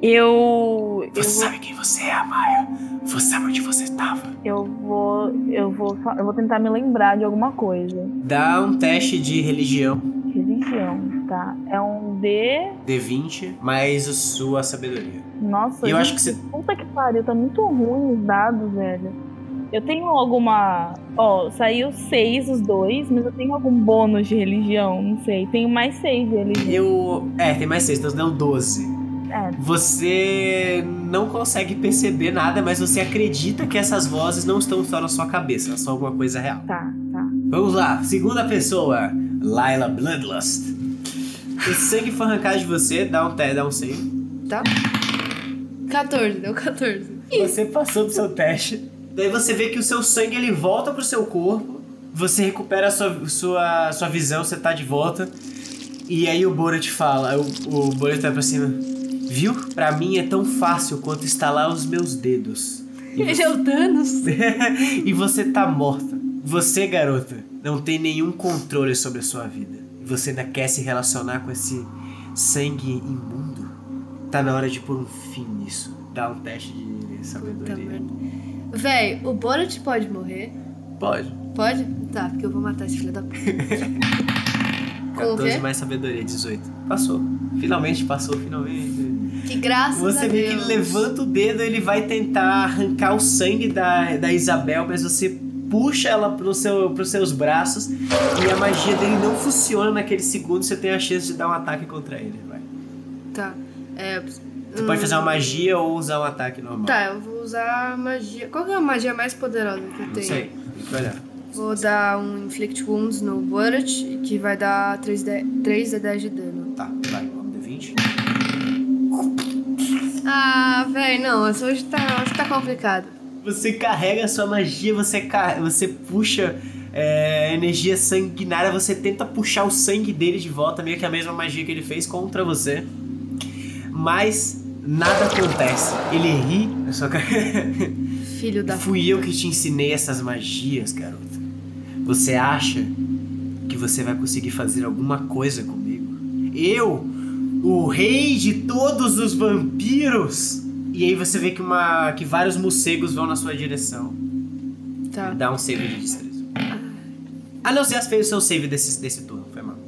[SPEAKER 3] Eu. Eu vou
[SPEAKER 1] quem você é, Maia. Você sabe onde você estava.
[SPEAKER 3] Eu vou. Eu vou. fa- Eu vou tentar me lembrar de alguma coisa.
[SPEAKER 1] Dá um teste de religião
[SPEAKER 3] Religião, tá? É um D.
[SPEAKER 1] D20, mais a sua sabedoria.
[SPEAKER 3] Nossa,
[SPEAKER 1] E eu
[SPEAKER 3] gente,
[SPEAKER 1] acho que você.
[SPEAKER 3] puta que pariu, tá muito ruim os dados, velho. Eu tenho alguma. Ó, saiu seis os dois, mas eu tenho algum bônus de religião, não sei. Tenho mais seis de religião.
[SPEAKER 1] Eu. É, tem mais 6, então deu 12.
[SPEAKER 3] É.
[SPEAKER 1] Você não consegue perceber nada, mas você acredita que essas vozes não estão só na sua cabeça, elas são alguma coisa real.
[SPEAKER 3] Tá, tá.
[SPEAKER 1] Vamos lá, segunda pessoa, Laila Bloodlust. Esse sangue foi arrancado de você, dá um, te- dá um save.
[SPEAKER 4] Tá? 14, deu 14.
[SPEAKER 1] Você passou do seu teste. Daí você vê que o seu sangue ele volta pro seu corpo, você recupera a sua, sua, sua visão, você tá de volta. E aí o Bora te fala, o, o Bora tá pra cima. Viu? Pra mim é tão fácil quanto estalar os meus dedos. E você-
[SPEAKER 4] Ele é o Thanos.
[SPEAKER 1] e você tá morta. Você, garota, não tem nenhum controle sobre a sua vida. Você ainda quer se relacionar com esse sangue imundo? Tá na hora de pôr um fim nisso. Dá um teste de
[SPEAKER 4] Puta
[SPEAKER 1] sabedoria.
[SPEAKER 4] merda. Véi, o Borat pode morrer?
[SPEAKER 1] Pode.
[SPEAKER 4] Pode? Tá, porque eu vou matar esse filho da puta. é? Com o
[SPEAKER 1] 14
[SPEAKER 4] quê?
[SPEAKER 1] mais sabedoria, 18. Passou. Finalmente passou, finalmente.
[SPEAKER 4] Que graças
[SPEAKER 1] Você
[SPEAKER 4] a
[SPEAKER 1] vê
[SPEAKER 4] Deus.
[SPEAKER 1] que ele levanta o dedo, ele vai tentar arrancar o sangue da, da Isabel, mas você puxa ela pro seu, pros seus braços e a magia dele não funciona naquele segundo, você tem a chance de dar um ataque contra ele. Vai.
[SPEAKER 4] Tá. É,
[SPEAKER 1] Você
[SPEAKER 4] hum,
[SPEAKER 1] pode fazer uma magia ou usar um ataque normal.
[SPEAKER 4] Tá, eu vou usar a magia. Qual que é a magia mais poderosa que eu
[SPEAKER 1] Não
[SPEAKER 4] tenho?
[SPEAKER 1] sei, tem que olhar.
[SPEAKER 4] Vou dar um Inflict Wounds no Bullet, que vai dar 3 de, 3 de 10 de dano.
[SPEAKER 1] Tá, vai, vamos D20.
[SPEAKER 4] Ah, véi, não, essa hoje tá, hoje tá complicado.
[SPEAKER 1] Você carrega a sua magia, você, ca- você puxa é, energia sanguinária, você tenta puxar o sangue dele de volta, meio que a mesma magia que ele fez contra você. Mas nada acontece. Ele ri na sua cara.
[SPEAKER 4] Filho da
[SPEAKER 1] Fui eu que te ensinei essas magias, garota. Você acha que você vai conseguir fazer alguma coisa comigo? Eu, o rei de todos os vampiros. E aí você vê que uma que vários morcegos vão na sua direção.
[SPEAKER 4] puta.
[SPEAKER 1] Dá um save de destreza. Ah, não, você já fez o seu save desse, desse turno, foi mal.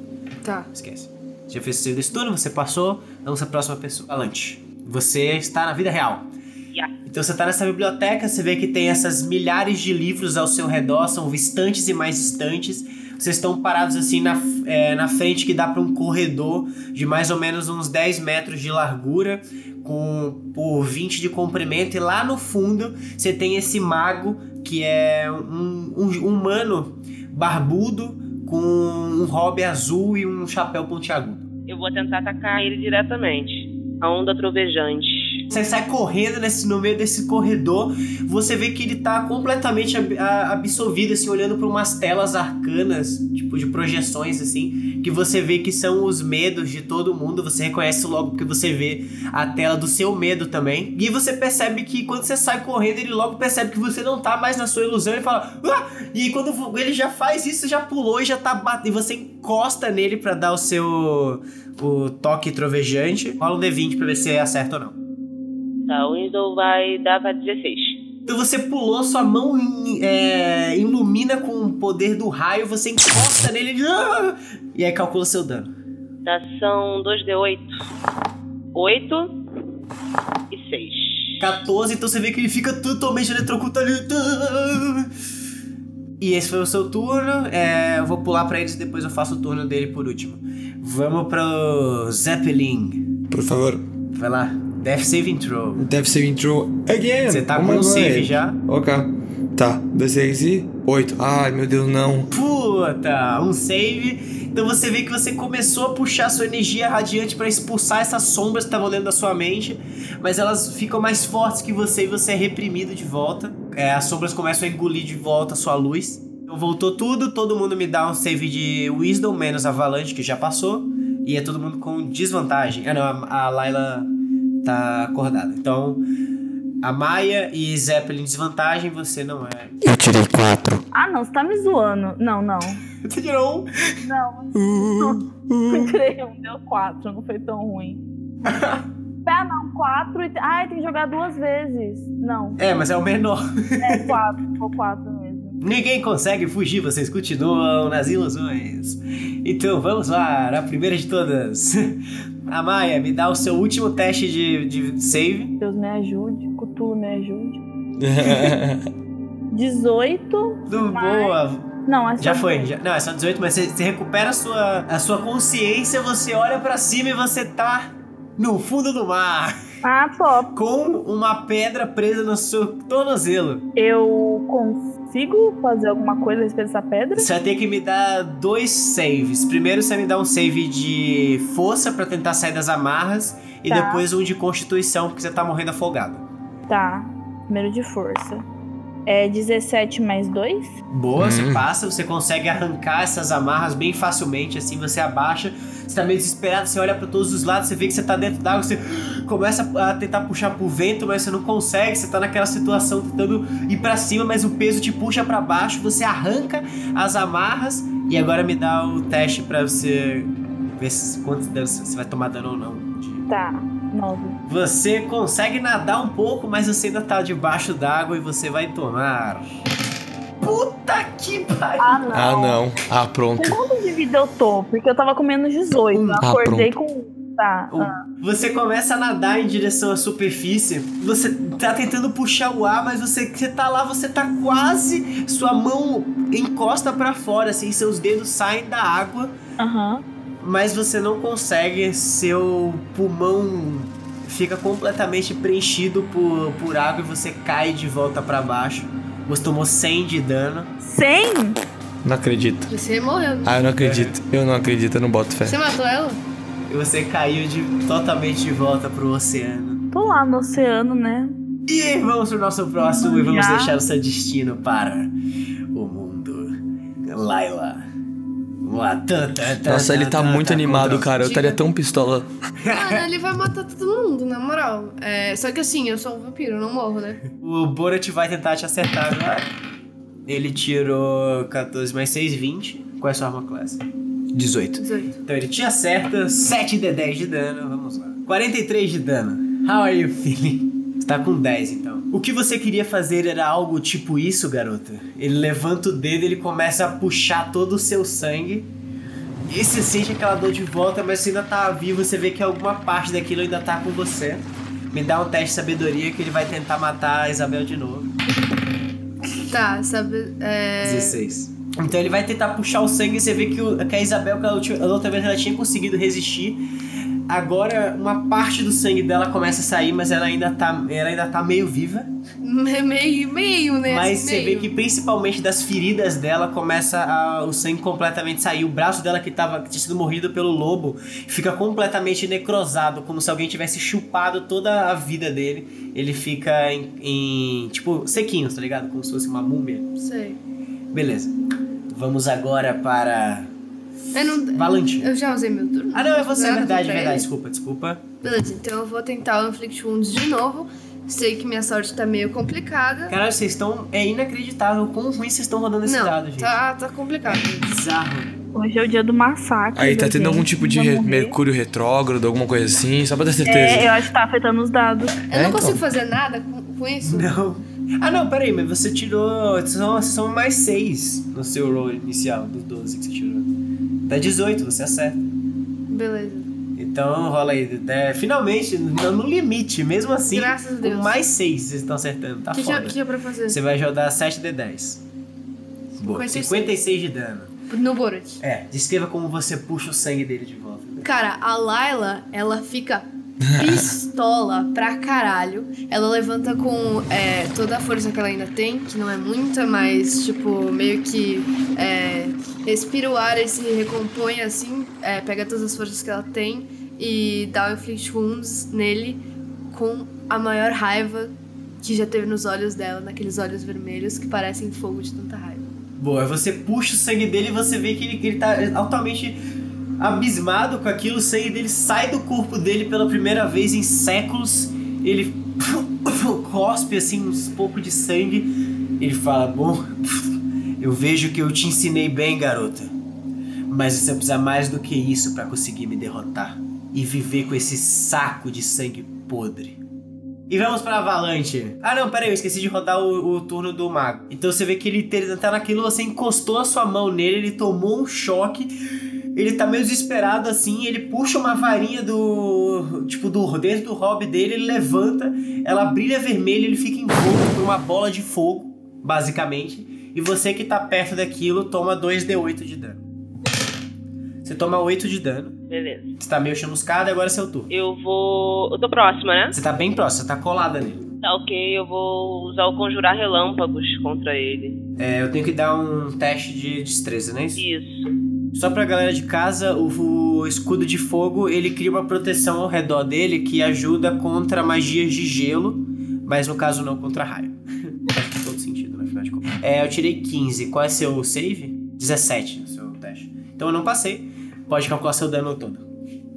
[SPEAKER 4] Tá.
[SPEAKER 1] Esquece. Você já fez o seu desse turno, você passou, vamos a próxima pessoa. Alante. Você está na vida real.
[SPEAKER 5] Yeah.
[SPEAKER 1] Então você tá nessa biblioteca, você vê que tem essas milhares de livros ao seu redor, são estantes e mais estantes. Vocês estão parados assim na, é, na frente que dá para um corredor de mais ou menos uns 10 metros de largura, com por 20 de comprimento, e lá no fundo você tem esse mago que é um, um humano barbudo com um hobby azul e um chapéu pontiagudo.
[SPEAKER 5] Eu vou tentar atacar ele diretamente. A onda trovejante.
[SPEAKER 1] Você sai correndo nesse, no meio desse corredor, você vê que ele tá completamente ab- a- absorvido, assim, olhando para umas telas arcanas, tipo de projeções, assim, que você vê que são os medos de todo mundo. Você reconhece logo porque você vê a tela do seu medo também. E você percebe que quando você sai correndo, ele logo percebe que você não tá mais na sua ilusão e fala. "Ah!" E aí quando vo- ele já faz isso, já pulou e já tá batendo. E você encosta nele para dar o seu. O toque trovejante. Rola um D20 pra ver se acerta ou não.
[SPEAKER 5] Tá, o Winslow vai dar pra 16.
[SPEAKER 1] Então você pulou, sua mão em- é, ilumina com o poder do raio, você encosta nele ele- Ah! e aí calcula seu dano.
[SPEAKER 5] Tá, são 2D8. 8 e 6.
[SPEAKER 1] 14, então você vê que ele fica totalmente eletrocutado. ali. Ah! E esse foi o seu turno. É, eu vou pular pra eles e depois eu faço o turno dele por último. Vamos pro Zeppelin.
[SPEAKER 2] Por favor,
[SPEAKER 1] Vai lá. Death Saving Throw.
[SPEAKER 2] deve ser o intro again.
[SPEAKER 1] Você tá
[SPEAKER 2] Oh
[SPEAKER 1] com
[SPEAKER 2] my
[SPEAKER 1] um save
[SPEAKER 2] God.
[SPEAKER 1] já.
[SPEAKER 2] Ok. Tá, 16 e 8. Ai, meu Deus, não.
[SPEAKER 1] Puta, um save. Então você vê que você começou a puxar sua energia radiante pra expulsar essas sombras que estavam dentro da sua mente, mas elas ficam mais fortes que você e você é reprimido de volta. É, as sombras começam a engolir de volta a sua luz. Então voltou tudo, todo mundo me dá um save de Wisdom menos Avalanche que já passou e é todo mundo com desvantagem. Ah, não, a, a Layla tá acordada. Então a Maia e Zeppelin desvantagem, você não é.
[SPEAKER 2] Eu tirei 4.
[SPEAKER 3] Ah, não, você tá me zoando. Não, não.
[SPEAKER 1] Você tirou um.
[SPEAKER 3] Não, eu tirei um, deu quatro, não foi tão ruim. Ah, não, quatro e. Ai, tem que jogar duas vezes. Não,
[SPEAKER 1] É, mas é o menor.
[SPEAKER 3] é quatro, ficou quatro mesmo.
[SPEAKER 1] Ninguém consegue fugir, vocês continuam nas ilusões. Então vamos lá, a primeira de todas. A Maia, me dá o seu último teste de, de save.
[SPEAKER 3] Deus me ajude, Cutulo me ajude. 18.
[SPEAKER 1] Do boa.
[SPEAKER 3] Não, essa
[SPEAKER 1] Já foi. já- não, é só 18, mas você, você recupera a sua, a sua consciência, você olha pra cima e você tá no fundo do mar.
[SPEAKER 3] Ah, top.
[SPEAKER 1] Com uma pedra presa no seu tornozelo.
[SPEAKER 3] Eu consigo fazer alguma coisa a respeito dessa pedra?
[SPEAKER 1] Você vai ter que me dar dois saves. Primeiro você me dá um save de força pra tentar sair das amarras. E
[SPEAKER 3] Tá.
[SPEAKER 1] depois um de constituição, porque você tá morrendo afogado.
[SPEAKER 3] Tá. Primeiro de força. É 17 mais 2?
[SPEAKER 1] Boa, você
[SPEAKER 2] Hum.
[SPEAKER 1] passa, você consegue arrancar essas amarras bem facilmente, assim, você abaixa, você tá meio desesperado, você olha pra todos os lados, você vê que você tá dentro d'água, você começa a tentar puxar pro vento, mas você não consegue, você tá naquela situação tentando ir pra cima, mas o peso te puxa pra baixo, você arranca as amarras e agora me dá o teste pra você ver se, quantos danos você vai tomar dano ou não.
[SPEAKER 3] Tá. 9.
[SPEAKER 1] Você consegue nadar um pouco, mas você ainda tá debaixo d'água e você vai tomar. Puta que pariu!
[SPEAKER 3] Ah, não.
[SPEAKER 2] ah, não. Ah, pronto.
[SPEAKER 3] Quanto de vida eu tô? Porque eu tava com menos 18. Eu
[SPEAKER 2] Ah,
[SPEAKER 3] acordei com. Tá.
[SPEAKER 1] Um.
[SPEAKER 3] ah.
[SPEAKER 1] Você começa a nadar em direção à superfície. Você tá tentando puxar o ar, mas você, você tá lá, você tá quase. Sua mão encosta pra fora, assim, seus dedos saem da água,
[SPEAKER 3] Aham.
[SPEAKER 1] mas você não consegue. Seu pulmão fica completamente preenchido por, por água e você cai de volta pra baixo. Você tomou 100 de dano.
[SPEAKER 3] 100?
[SPEAKER 2] Não acredito.
[SPEAKER 4] Você morreu.
[SPEAKER 2] Ah, eu não acredito. Eu não acredito, eu não boto fé.
[SPEAKER 4] Você matou ela?
[SPEAKER 1] E você caiu de, totalmente de volta pro oceano.
[SPEAKER 3] Tô lá no oceano, né?
[SPEAKER 1] E vamos pro nosso próximo e vamos
[SPEAKER 3] Já?
[SPEAKER 1] deixar o seu destino para o mundo. Laila. Vamos lá. Tan, tan, tan,
[SPEAKER 2] Nossa, ele tá
[SPEAKER 1] tan,
[SPEAKER 2] muito
[SPEAKER 1] tan,
[SPEAKER 2] animado,
[SPEAKER 1] contra-
[SPEAKER 2] cara. Eu estaria tão pistola.
[SPEAKER 4] Mano, Ah, ele vai matar todo mundo, na moral. É, só que assim, eu sou um vampiro, eu não morro, né?
[SPEAKER 1] O Borat vai tentar te acertar agora. Ele tirou 14 mais 6, 20. Qual é a sua arma classe? 18.
[SPEAKER 4] 18.
[SPEAKER 1] Então ele te acerta, 7 de 10 de dano, vamos lá. 43 de dano. How are you feeling? Você tá com 10 então. O que você queria fazer era algo tipo isso, garota. Ele levanta o dedo, ele começa a puxar todo o seu sangue. E você sente aquela dor de volta, mas você ainda tá vivo, você vê que alguma parte daquilo ainda tá com você. Me dá um teste de sabedoria que ele vai tentar matar a Isabel de novo.
[SPEAKER 4] Tá, sabe. É...
[SPEAKER 1] 16. Então ele vai tentar puxar o sangue e você vê que, o- que a Isabel, que a ulti- a outra vez ela tinha conseguido resistir, agora uma parte do sangue dela começa a sair, mas ela ainda tá, ela ainda tá meio viva.
[SPEAKER 4] me- Meio, meio, né?
[SPEAKER 1] mas
[SPEAKER 4] Assim,
[SPEAKER 1] você vê
[SPEAKER 4] meio.
[SPEAKER 1] que principalmente das feridas dela começa a- o sangue completamente sair. O braço dela que, tava, que tinha sido morrido pelo lobo fica completamente necrosado, como se alguém tivesse chupado toda a vida dele. Ele fica em, em tipo sequinho, tá ligado? Como se fosse uma múmia.
[SPEAKER 4] Sei.
[SPEAKER 1] Beleza. Vamos agora para.
[SPEAKER 4] Eu, não...
[SPEAKER 1] Valente.
[SPEAKER 4] eu já usei meu turno.
[SPEAKER 1] Ah, não, é você,
[SPEAKER 4] Nada
[SPEAKER 1] verdade,
[SPEAKER 4] contra
[SPEAKER 1] verdade.
[SPEAKER 4] ele.
[SPEAKER 1] Desculpa, desculpa.
[SPEAKER 4] Beleza, então eu vou tentar o Inflict Wounds de novo. Sei que minha sorte tá meio complicada.
[SPEAKER 1] Caralho, vocês estão. É inacreditável o quão ruim vocês estão rodando esse
[SPEAKER 4] não,
[SPEAKER 1] dado, gente.
[SPEAKER 4] tá, tá complicado.
[SPEAKER 1] Bizarro.
[SPEAKER 3] Hoje é o dia do massacre.
[SPEAKER 2] Aí tá
[SPEAKER 3] da
[SPEAKER 2] tendo
[SPEAKER 3] gente.
[SPEAKER 2] algum tipo de
[SPEAKER 3] Vamos
[SPEAKER 2] re-
[SPEAKER 3] morrer.
[SPEAKER 2] mercúrio retrógrado, alguma coisa assim, só pra ter
[SPEAKER 3] É,
[SPEAKER 2] certeza.
[SPEAKER 3] eu acho que tá afetando os dados.
[SPEAKER 4] Eu
[SPEAKER 2] É,
[SPEAKER 4] não
[SPEAKER 2] então.
[SPEAKER 4] consigo fazer nada com, com isso.
[SPEAKER 1] Não. Ah, não, peraí, mas você tirou. São, são mais 6 no seu roll inicial, dos 12 que você tirou. Dá 18, você acerta.
[SPEAKER 4] Beleza.
[SPEAKER 1] Então rola aí. né? finalmente, no, no limite, mesmo assim.
[SPEAKER 4] Graças a
[SPEAKER 1] com
[SPEAKER 4] Deus.
[SPEAKER 1] mais 6 vocês estão acertando, tá
[SPEAKER 4] O que, que,
[SPEAKER 1] foda.
[SPEAKER 4] eu- que é pra fazer?
[SPEAKER 1] Você vai jogar 7 de 10. Boa,
[SPEAKER 4] 56.
[SPEAKER 1] 56 de dano.
[SPEAKER 4] No Borat.
[SPEAKER 1] É, descreva como você puxa o sangue dele de volta.
[SPEAKER 4] Cara, a Laila, ela fica pistola pra caralho. Ela levanta com é, toda a força que ela ainda tem, que não é muita, mas, tipo, meio que é, respira o ar e se recompõe, assim, é, pega todas as forças que ela tem e dá o Inflict Wounds nele com a maior raiva que já teve nos olhos dela, naqueles olhos vermelhos que parecem fogo de tanta raiva.
[SPEAKER 1] Boa, você puxa o sangue dele e você vê que ele, que ele tá altamente abismado com aquilo. O sangue dele sai do corpo dele pela primeira vez em séculos. Ele cospe assim um pouco de sangue. Ele fala: Bom, eu vejo que eu te ensinei bem, garota. Mas você precisa mais do que isso pra conseguir me derrotar e viver com esse saco de sangue podre. E vamos pra Avalanche. Ah, não, pera aí, eu esqueci de rodar o, o turno do mago. Então você vê que ele te- tá naquilo, você encostou a sua mão nele, ele tomou um choque. Ele tá meio desesperado assim, ele puxa uma varinha do. Tipo, do dentro do hobby dele, ele levanta, ela brilha vermelha, ele fica envolto por uma bola de fogo, basicamente. E você que tá perto daquilo toma 2d8 de dano. Você toma 8 de dano.
[SPEAKER 5] Beleza.
[SPEAKER 1] Você tá meio chamuscado, agora é seu turno.
[SPEAKER 5] Eu vou. Eu tô próxima, né?
[SPEAKER 1] Você tá bem próximo, você tá colada nele.
[SPEAKER 5] Tá ok, eu vou usar o conjurar relâmpagos contra ele.
[SPEAKER 1] É, eu tenho que dar um teste de destreza, né?
[SPEAKER 5] Isso.
[SPEAKER 1] Só pra galera de casa, o, o escudo de fogo, ele cria uma proteção ao redor dele que ajuda contra magias de gelo, mas no caso não contra raio. Faz todo sentido, né? Afinal de contas. É, eu tirei 15. Qual é seu save? 17 no seu teste. Então eu não passei. Pode calcular seu dano todo.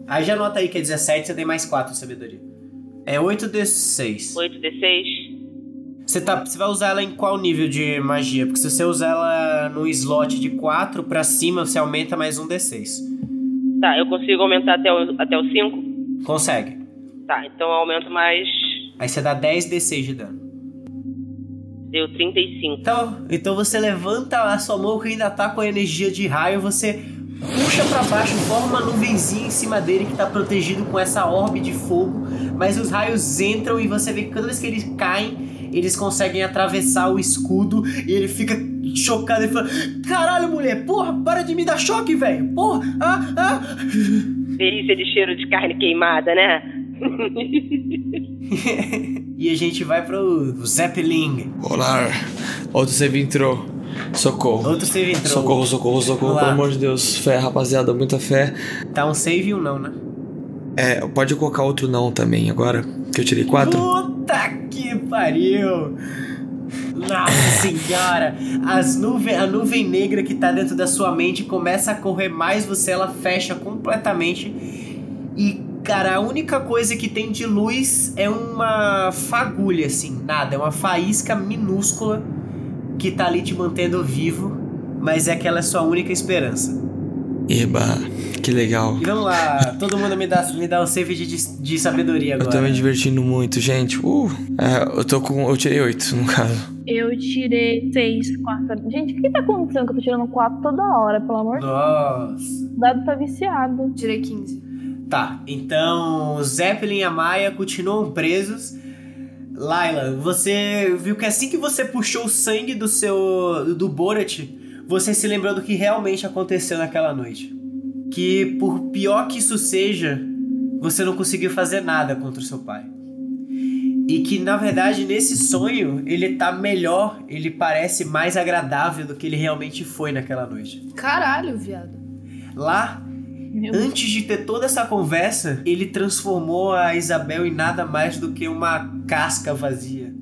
[SPEAKER 1] Aí já anota aí que é 17, você tem mais 4 de sabedoria. É 8d6.
[SPEAKER 5] 8d6.
[SPEAKER 1] Você, tá, você vai usar ela em qual nível de magia? Porque se você usar ela num slot de 4 pra cima, você aumenta mais um D6.
[SPEAKER 5] Tá, eu consigo aumentar até o, até o 5?
[SPEAKER 1] Consegue.
[SPEAKER 5] Tá, então eu aumento mais.
[SPEAKER 1] Aí você dá 10 D6 de dano.
[SPEAKER 5] Deu 35.
[SPEAKER 1] Então, então você levanta a sua mão que ainda tá com a energia de raio, você puxa pra baixo, forma uma nuvenzinha em cima dele que tá protegido com essa orbe de fogo, mas os raios entram e você vê que cada vez que eles caem, eles conseguem atravessar o escudo e ele fica chocado e fala: Caralho, mulher, porra, para de me dar choque, velho! Porra, ah, ah!
[SPEAKER 5] Delícia de cheiro de carne queimada, né?
[SPEAKER 1] E a gente vai pro Zeppelin.
[SPEAKER 2] Olá. Outro save entrou. Socorro.
[SPEAKER 1] Outro save entrou.
[SPEAKER 2] Socorro, socorro, socorro.
[SPEAKER 1] Olá.
[SPEAKER 2] Pelo amor de Deus. Fé, rapaziada, muita fé.
[SPEAKER 1] Tá um save e um não, né?
[SPEAKER 2] É, pode colocar outro não também agora, que eu tirei quatro.
[SPEAKER 1] Puta que pariu! Nossa senhora! As nuvem, a nuvem negra que tá dentro da sua mente começa a correr mais você, ela fecha completamente. E, cara, a única coisa que tem de luz é uma fagulha, assim, nada. É uma faísca minúscula que tá ali te mantendo vivo, mas é aquela sua única esperança.
[SPEAKER 2] Eba, que legal.
[SPEAKER 1] E vamos lá, todo mundo me dá, me dá um save de, de, de sabedoria
[SPEAKER 2] Eu
[SPEAKER 1] agora.
[SPEAKER 2] tô me divertindo muito, gente. Uh, é, eu tô com. Eu tirei oito, no caso.
[SPEAKER 3] Eu tirei seis, quatro. Gente, o que tá acontecendo que eu tô tirando quatro toda hora, pelo amor de
[SPEAKER 1] Nossa!
[SPEAKER 3] Deus? O dado tá viciado.
[SPEAKER 4] Tirei 15.
[SPEAKER 1] Tá, então o Zeppelin e a Maia continuam presos. Laila, você viu que assim que você puxou o sangue do seu. do Borat, você se lembrou do que realmente aconteceu naquela noite. Que por pior que isso seja, você não conseguiu fazer nada contra o seu pai. E que na verdade nesse sonho ele tá melhor, ele parece mais agradável do que ele realmente foi naquela noite.
[SPEAKER 4] Caralho, viado.
[SPEAKER 1] Lá
[SPEAKER 3] Meu Deus.
[SPEAKER 1] Antes de ter toda essa conversa, ele transformou a Isabel em nada mais do que uma casca vazia,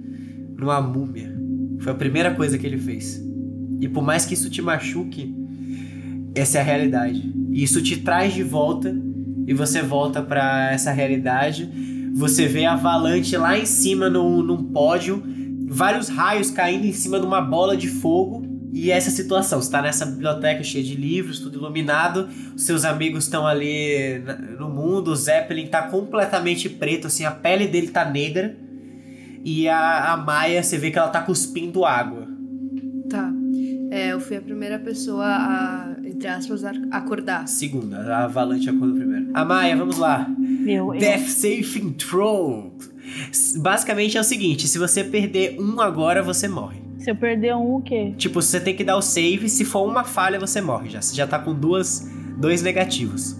[SPEAKER 1] numa múmia. Foi a primeira coisa que ele fez. E por mais que isso te machuque, essa é a realidade. E isso te traz de volta e você volta pra essa realidade. Você vê a avalanche lá em cima num, num pódio, vários raios caindo em cima de uma bola de fogo. E essa situação, você tá nessa biblioteca cheia de livros, tudo iluminado, seus amigos estão ali na- no mundo, o Zeppelin tá completamente preto, assim, a pele dele tá negra. E a, a Maia, você vê que ela tá cuspindo água.
[SPEAKER 4] Tá. É, eu fui a primeira pessoa a, entre aspas, a acordar.
[SPEAKER 1] A segunda, a Avalanche acordou primeiro. A Maia, vamos lá.
[SPEAKER 3] Meu, eu-
[SPEAKER 1] Death Safe Control. S- Basicamente é o seguinte, se você perder um agora, você morre.
[SPEAKER 3] se eu perder um, o quê?
[SPEAKER 1] Tipo, você tem que dar o save, se for uma falha, você morre já. Você já tá com duas, dois negativos.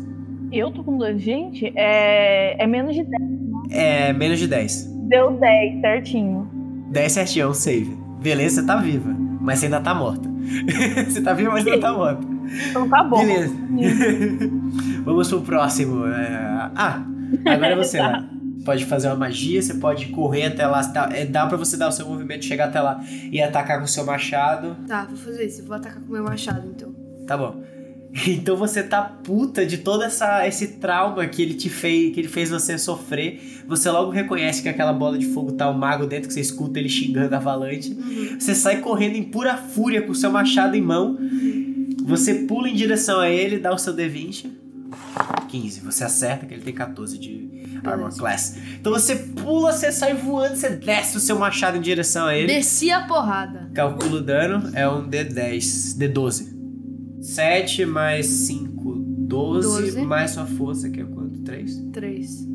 [SPEAKER 3] Eu tô com dois. Gente, é, é menos de 10.
[SPEAKER 1] É, menos de 10.
[SPEAKER 3] Deu 10, certinho.
[SPEAKER 1] 10 certinho, é um save. Beleza, você tá viva, mas você ainda tá morta. você tá viva, mas ainda tá morta.
[SPEAKER 3] Então tá bom.
[SPEAKER 1] Beleza. Vamos pro próximo. é, Ah, agora é você,
[SPEAKER 3] Tá.
[SPEAKER 1] lá. Pode fazer uma magia, você pode correr até lá. tá- é, Dá pra você dar o seu movimento, chegar até lá e atacar com o seu machado.
[SPEAKER 4] Tá, vou fazer isso. Vou atacar com o meu machado, então.
[SPEAKER 1] Tá bom. Então você tá puta de todo essa, esse trauma que ele te fez, que ele fez você sofrer. Você logo reconhece que aquela bola de fogo tá o mago dentro, que você escuta ele xingando a avalanche. Você sai correndo em pura fúria com o seu machado em mão. Você pula em direção a ele, dá o seu D20. 15. Você acerta, que ele tem 14 de armor
[SPEAKER 4] Beleza.
[SPEAKER 1] class. Então você pula, você sai voando, você desce o seu machado em direção a ele.
[SPEAKER 4] Desci a porrada.
[SPEAKER 1] Calcula o dano, é um D10. D12. 7 mais 5, 12.
[SPEAKER 4] 12.
[SPEAKER 1] Mais sua força, que é quanto? 3?
[SPEAKER 4] Três. É,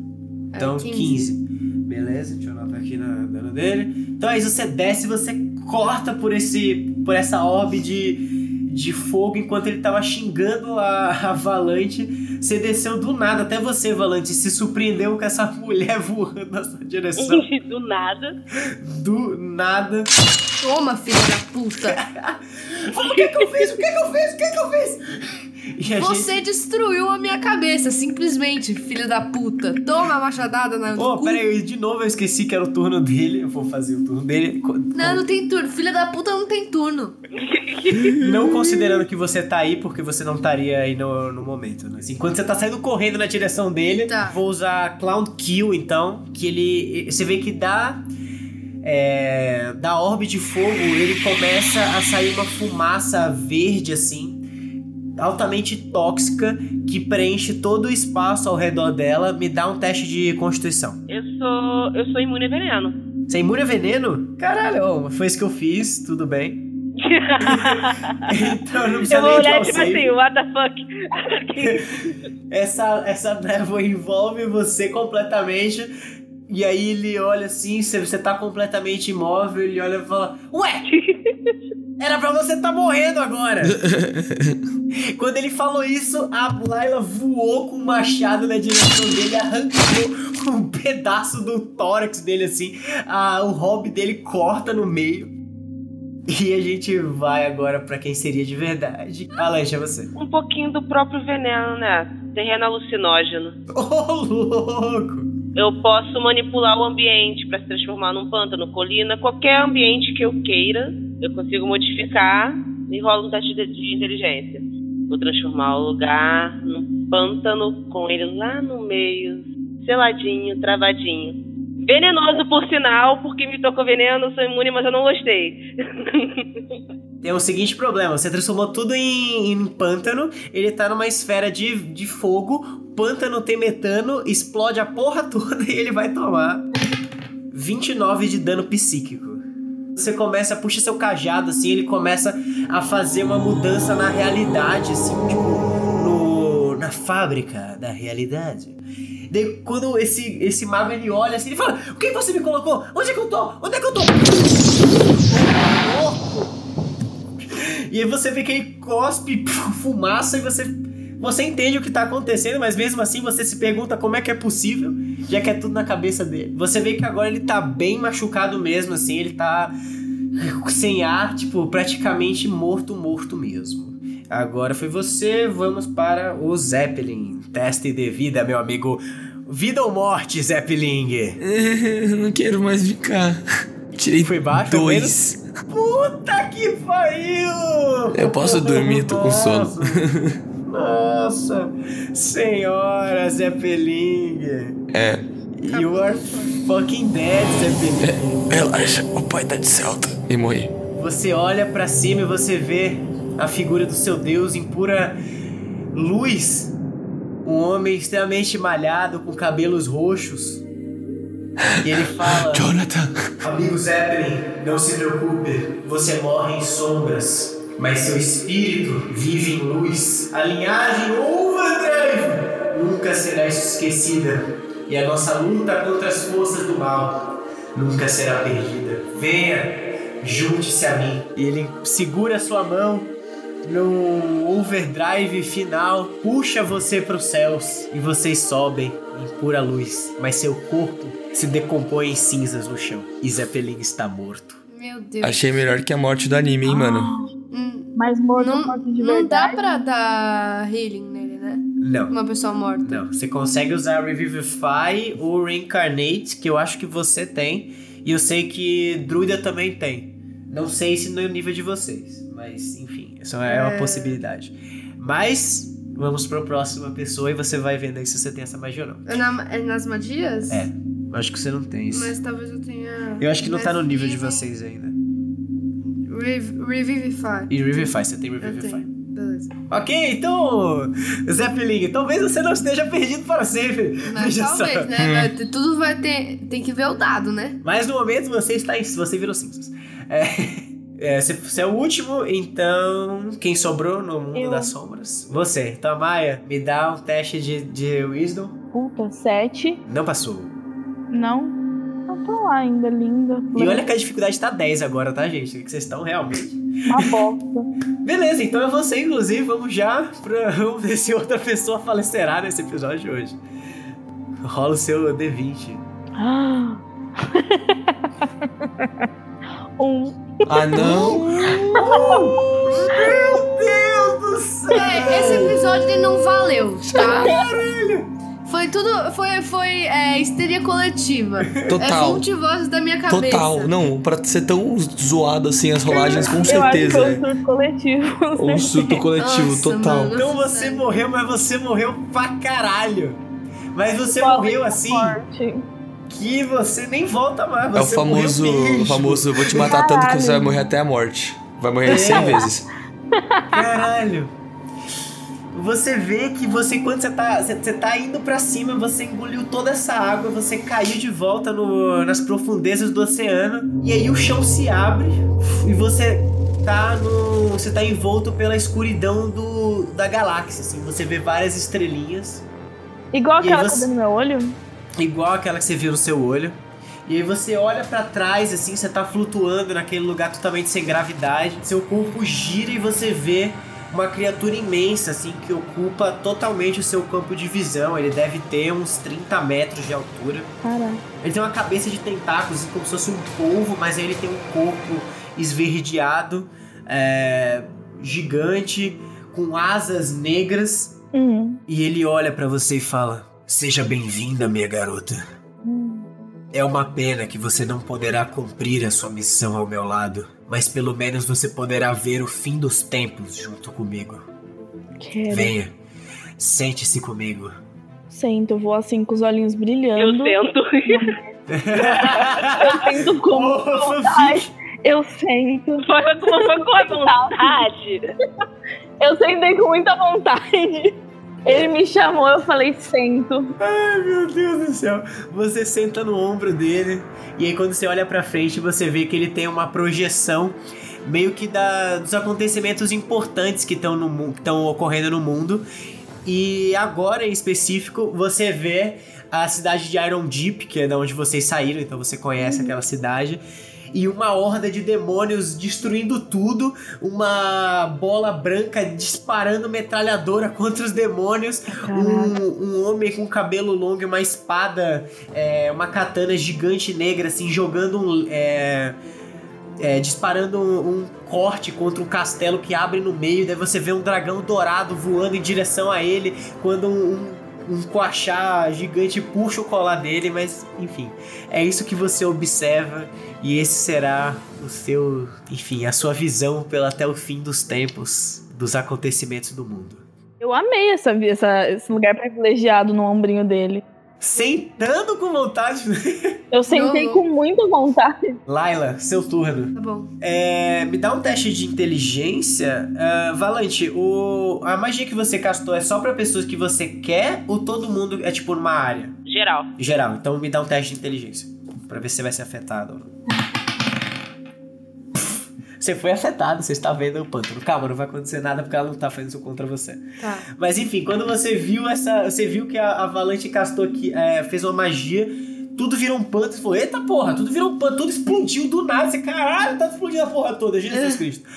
[SPEAKER 1] Então, 15. Beleza, deixa eu anotar aqui na dano dele. Então é isso, você desce, você corta por esse por essa orbe de, de fogo enquanto ele tava xingando a, a Valante. Você desceu do nada, até você, Valante, se surpreendeu com essa mulher voando na sua direção.
[SPEAKER 5] Do nada.
[SPEAKER 1] do nada.
[SPEAKER 4] Toma, filho da puta.
[SPEAKER 1] Fala, o que, que eu fiz? O que, que eu fiz? O que, que eu fiz? E a gente.
[SPEAKER 4] Você destruiu a minha cabeça, simplesmente, filho da puta. Toma a machadada na
[SPEAKER 1] Pô,
[SPEAKER 4] cu.
[SPEAKER 1] pera aí, de novo eu esqueci que era o turno dele. Eu vou fazer o turno dele. Co-
[SPEAKER 4] Não, não tem turno. Filha da puta não tem turno.
[SPEAKER 1] Não considerando que você tá aí, porque você não estaria aí no, no momento, né? Assim, Enquanto você tá saindo correndo na direção dele,
[SPEAKER 4] Tá.
[SPEAKER 1] vou usar Clown Kill, então, que ele... Você vê que dá... é, da orbe de fogo, ele começa a sair uma fumaça verde, assim, altamente tóxica, que preenche todo o espaço ao redor dela. Me dá um teste de constituição.
[SPEAKER 5] Eu sou. Eu sou imune a veneno.
[SPEAKER 1] Você é imune a veneno? Caralho, ó, foi isso que eu fiz, tudo bem. então não precisa
[SPEAKER 5] eu vou
[SPEAKER 1] nem dar
[SPEAKER 5] olhar
[SPEAKER 1] o
[SPEAKER 5] tipo
[SPEAKER 1] save.
[SPEAKER 5] assim, what the fuck?
[SPEAKER 1] Essa, essa névoa envolve você completamente. E aí ele olha assim, você, você tá completamente imóvel, ele olha e fala: Ué! Era pra você tá morrendo agora! Quando ele falou isso, a Laila voou com o machado na direção dele, arrancou um pedaço do tórax dele, assim. A, o hobby dele corta no meio. E a gente vai agora pra quem seria de verdade. Alex, é você.
[SPEAKER 5] Um pouquinho do próprio veneno, né? Terreno alucinógeno.
[SPEAKER 1] Ô, louco!
[SPEAKER 5] Eu posso manipular o ambiente para se transformar num pântano, colina, qualquer ambiente que eu queira, eu consigo modificar e rola um teste de, de inteligência. Vou transformar o lugar num pântano com ele lá no meio, seladinho, travadinho. Venenoso, por sinal, porque me tocou veneno, eu sou imune, mas eu não gostei.
[SPEAKER 1] Tem o seguinte problema: você transformou tudo em, em pântano, ele tá numa esfera de, de fogo, pântano tem metano, explode a porra toda e ele vai tomar 29 de dano psíquico. Você começa, puxa seu cajado assim, ele começa a fazer uma mudança na realidade, assim, tipo, no, na fábrica da realidade. Daí quando esse, esse mago ele olha assim, ele fala: O que você me colocou? Onde é que eu tô? Onde é que eu tô? E aí você vê que ele cospe fumaça e você. Você entende o que tá acontecendo, mas mesmo assim você se pergunta como é que é possível, já que é tudo na cabeça dele. Você vê que agora ele tá bem machucado mesmo, assim, ele tá sem ar, tipo, praticamente morto, morto mesmo. Agora foi você, vamos para o Zeppelin. Teste de vida, meu amigo. Vida ou morte, Zeppelin?
[SPEAKER 2] Eu não quero mais ficar. Tirei
[SPEAKER 1] Foi baixo,
[SPEAKER 2] dois.
[SPEAKER 1] Puta que pariu!
[SPEAKER 2] Eu posso dormir, tô com
[SPEAKER 1] Nossa.
[SPEAKER 2] sono.
[SPEAKER 1] Nossa! Senhora, Zeppelin!
[SPEAKER 2] É.
[SPEAKER 1] You are fucking dead, Zeppelin!
[SPEAKER 2] Relaxa, o pai tá de Celta. E morri.
[SPEAKER 1] Você olha pra cima e você vê a figura do seu Deus em pura luz. Um homem extremamente malhado, com cabelos roxos. E ele fala.
[SPEAKER 2] Jonathan!
[SPEAKER 1] Amigo Zeppelin, não se preocupe, você morre em sombras, mas seu espírito vive em luz. A linhagem Overdrive nunca será esquecida, e a nossa luta contra as forças do mal nunca será perdida. Venha, junte-se a mim. E ele segura sua mão num overdrive final, puxa você para os céus e vocês sobem em pura luz, mas seu corpo se decompõe em cinzas no chão e Zeppelin está morto.
[SPEAKER 4] Meu Deus.
[SPEAKER 2] Achei melhor que a morte do anime, hein, mano?
[SPEAKER 4] Hum,
[SPEAKER 3] Mas morto
[SPEAKER 4] Não-
[SPEAKER 3] morto de
[SPEAKER 4] não dá
[SPEAKER 3] verdade.
[SPEAKER 4] pra dar healing nele, né?
[SPEAKER 1] Não.
[SPEAKER 4] Uma pessoa morta.
[SPEAKER 1] Não, Então, você consegue usar Revivify ou Reincarnate, que eu acho que você tem, e eu sei que Druida também tem. Não sei se no nível de vocês, mas enfim, isso é uma possibilidade. Mas vamos para a próxima pessoa e você vai vendo aí se você tem essa magia ou não.
[SPEAKER 4] É na- é nas magias?
[SPEAKER 1] É. Eu acho que você não tem isso.
[SPEAKER 4] Mas talvez eu tenha.
[SPEAKER 1] Eu acho que não tá no
[SPEAKER 4] Mas
[SPEAKER 1] nível de
[SPEAKER 4] dizem-
[SPEAKER 1] vocês ainda.
[SPEAKER 4] Rev- Revivify.
[SPEAKER 1] E Revivify, você tem
[SPEAKER 4] Eu
[SPEAKER 1] Revivify.
[SPEAKER 4] tenho. Beleza.
[SPEAKER 1] Ok, então, Zeppelin, talvez você não esteja perdido para sempre.
[SPEAKER 4] Mas
[SPEAKER 1] Veja
[SPEAKER 4] talvez,
[SPEAKER 1] só.
[SPEAKER 4] né? Vai ter- Tudo vai ter. Tem que ver o dado, né?
[SPEAKER 1] Mas no momento você está em, você virou cinzas. É, é, você, você é o último, então quem sobrou no mundo
[SPEAKER 3] Eu.
[SPEAKER 1] das sombras? Você. Então, Maia, me dá um teste de, de Wisdom.
[SPEAKER 3] Puta, sete.
[SPEAKER 1] Não passou.
[SPEAKER 3] Não. Não tô lá ainda, linda.
[SPEAKER 1] E olha que a dificuldade tá 10 agora, tá, gente? Que vocês estão realmente.
[SPEAKER 3] Uma bosta.
[SPEAKER 1] Beleza, então é você, inclusive. Vamos já pra. Vamos ver se outra pessoa falecerá nesse episódio de hoje. Rola o seu D20.
[SPEAKER 3] Ah. um.
[SPEAKER 2] Ah, não!
[SPEAKER 1] Meu Deus do céu!
[SPEAKER 4] É, esse episódio ele não valeu, tá? Caralho! Foi tudo. Foi, foi é, histeria coletiva. É
[SPEAKER 2] Total!
[SPEAKER 4] fonte voz da minha cabeça.
[SPEAKER 2] Total! Não, pra ser tão zoado assim as rolagens, com
[SPEAKER 3] Eu acho que
[SPEAKER 2] certeza.
[SPEAKER 1] é.
[SPEAKER 3] foi um surto coletivo. com
[SPEAKER 2] Um
[SPEAKER 3] certeza.
[SPEAKER 2] surto coletivo,
[SPEAKER 4] Nossa,
[SPEAKER 2] total.
[SPEAKER 4] mano.
[SPEAKER 1] Então você morreu, mas você morreu pra caralho. Mas você
[SPEAKER 3] Pobre
[SPEAKER 1] morreu
[SPEAKER 3] da
[SPEAKER 1] assim
[SPEAKER 3] morte.
[SPEAKER 1] que você nem volta mais.
[SPEAKER 2] É o
[SPEAKER 1] Você morreu
[SPEAKER 2] famoso,
[SPEAKER 1] mesmo.
[SPEAKER 2] o famoso, vou te matar tanto que
[SPEAKER 3] Caralho.
[SPEAKER 2] você vai morrer até a morte. Vai morrer
[SPEAKER 1] É.
[SPEAKER 2] 100 vezes.
[SPEAKER 1] Caralho. Você vê que você, quando você tá, você, você tá indo pra cima, você engoliu toda essa água, você caiu de volta no- nas profundezas do oceano, e aí o chão se abre e você tá no. Você tá envolto pela escuridão do, da galáxia. Assim, você vê várias estrelinhas.
[SPEAKER 3] Igual
[SPEAKER 1] E aí
[SPEAKER 3] aquela que
[SPEAKER 1] você-
[SPEAKER 3] tá no meu olho.
[SPEAKER 1] igual aquela que você viu no seu olho. E aí você olha pra trás, assim, você tá flutuando naquele lugar totalmente sem gravidade. Seu corpo gira e você vê uma criatura imensa, assim, que ocupa totalmente o seu campo de visão. Ele deve ter uns 30 metros de altura.
[SPEAKER 3] Caraca.
[SPEAKER 1] Ele tem uma cabeça de tentáculos, como se fosse um polvo, mas aí ele tem um corpo esverdeado, é, gigante, com asas negras.
[SPEAKER 3] Hum,
[SPEAKER 1] E ele olha pra você e fala: Seja bem-vinda, minha garota.
[SPEAKER 3] hum.
[SPEAKER 1] É uma pena que você não poderá cumprir a sua missão ao meu lado, mas pelo menos você poderá ver o fim dos tempos junto comigo.
[SPEAKER 3] Quero.
[SPEAKER 1] Venha, sente-se comigo.
[SPEAKER 3] Sento, vou assim com os olhinhos
[SPEAKER 5] Eu
[SPEAKER 3] brilhando.
[SPEAKER 5] sento.
[SPEAKER 3] Eu sento com vontade. Eu sento.
[SPEAKER 5] Foi com foi com a vontade.
[SPEAKER 3] Eu sentei com muita vontade. Ele me chamou, eu falei, sento.
[SPEAKER 1] Ai, meu Deus do céu. Você senta no ombro dele e aí quando você olha pra frente, você vê que ele tem uma projeção meio que da, dos acontecimentos importantes que estão no mu- que estão ocorrendo no mundo. E agora em específico, você vê a cidade de Iron Deep, que é da onde vocês saíram, então você conhece aquela cidade. E uma horda de demônios destruindo tudo, uma bola branca disparando metralhadora contra os demônios um, um homem com cabelo longo e uma espada, é, uma katana gigante negra, assim, jogando um. é, é, disparando um, um corte contra um castelo que abre no meio, daí você vê um dragão dourado voando em direção a ele quando um. um um coachá gigante puxa o colar dele, mas enfim, é isso que você observa e esse será o seu, enfim, a sua visão pelo até o fim dos tempos, dos acontecimentos do mundo.
[SPEAKER 3] Eu amei essa, essa- esse lugar privilegiado no ombrinho dele.
[SPEAKER 1] Sentando com vontade.
[SPEAKER 3] Eu sentei
[SPEAKER 4] Não, não.
[SPEAKER 3] com muita vontade.
[SPEAKER 1] Laila, seu turno.
[SPEAKER 4] Tá bom.
[SPEAKER 1] É, me dá um teste de inteligência. Ah, Valante, o, a magia que você castou é só pra pessoas que você quer ou todo mundo é tipo numa área
[SPEAKER 5] Geral.
[SPEAKER 1] geral? Então me dá um teste de inteligência Pra ver se você vai ser afetado ou não. Você foi afetado, você está vendo o pântano. Calma, não vai acontecer nada porque ela não tá fazendo isso contra você.
[SPEAKER 4] Tá.
[SPEAKER 1] Mas enfim, quando você viu essa. Você viu que a, a Valante castou aqui, é, fez uma magia, tudo virou um pântano. Você falou, eita porra, tudo virou um pântano, tudo explodiu do nada. Você, caralho, tá explodindo a porra toda, Jesus Cristo.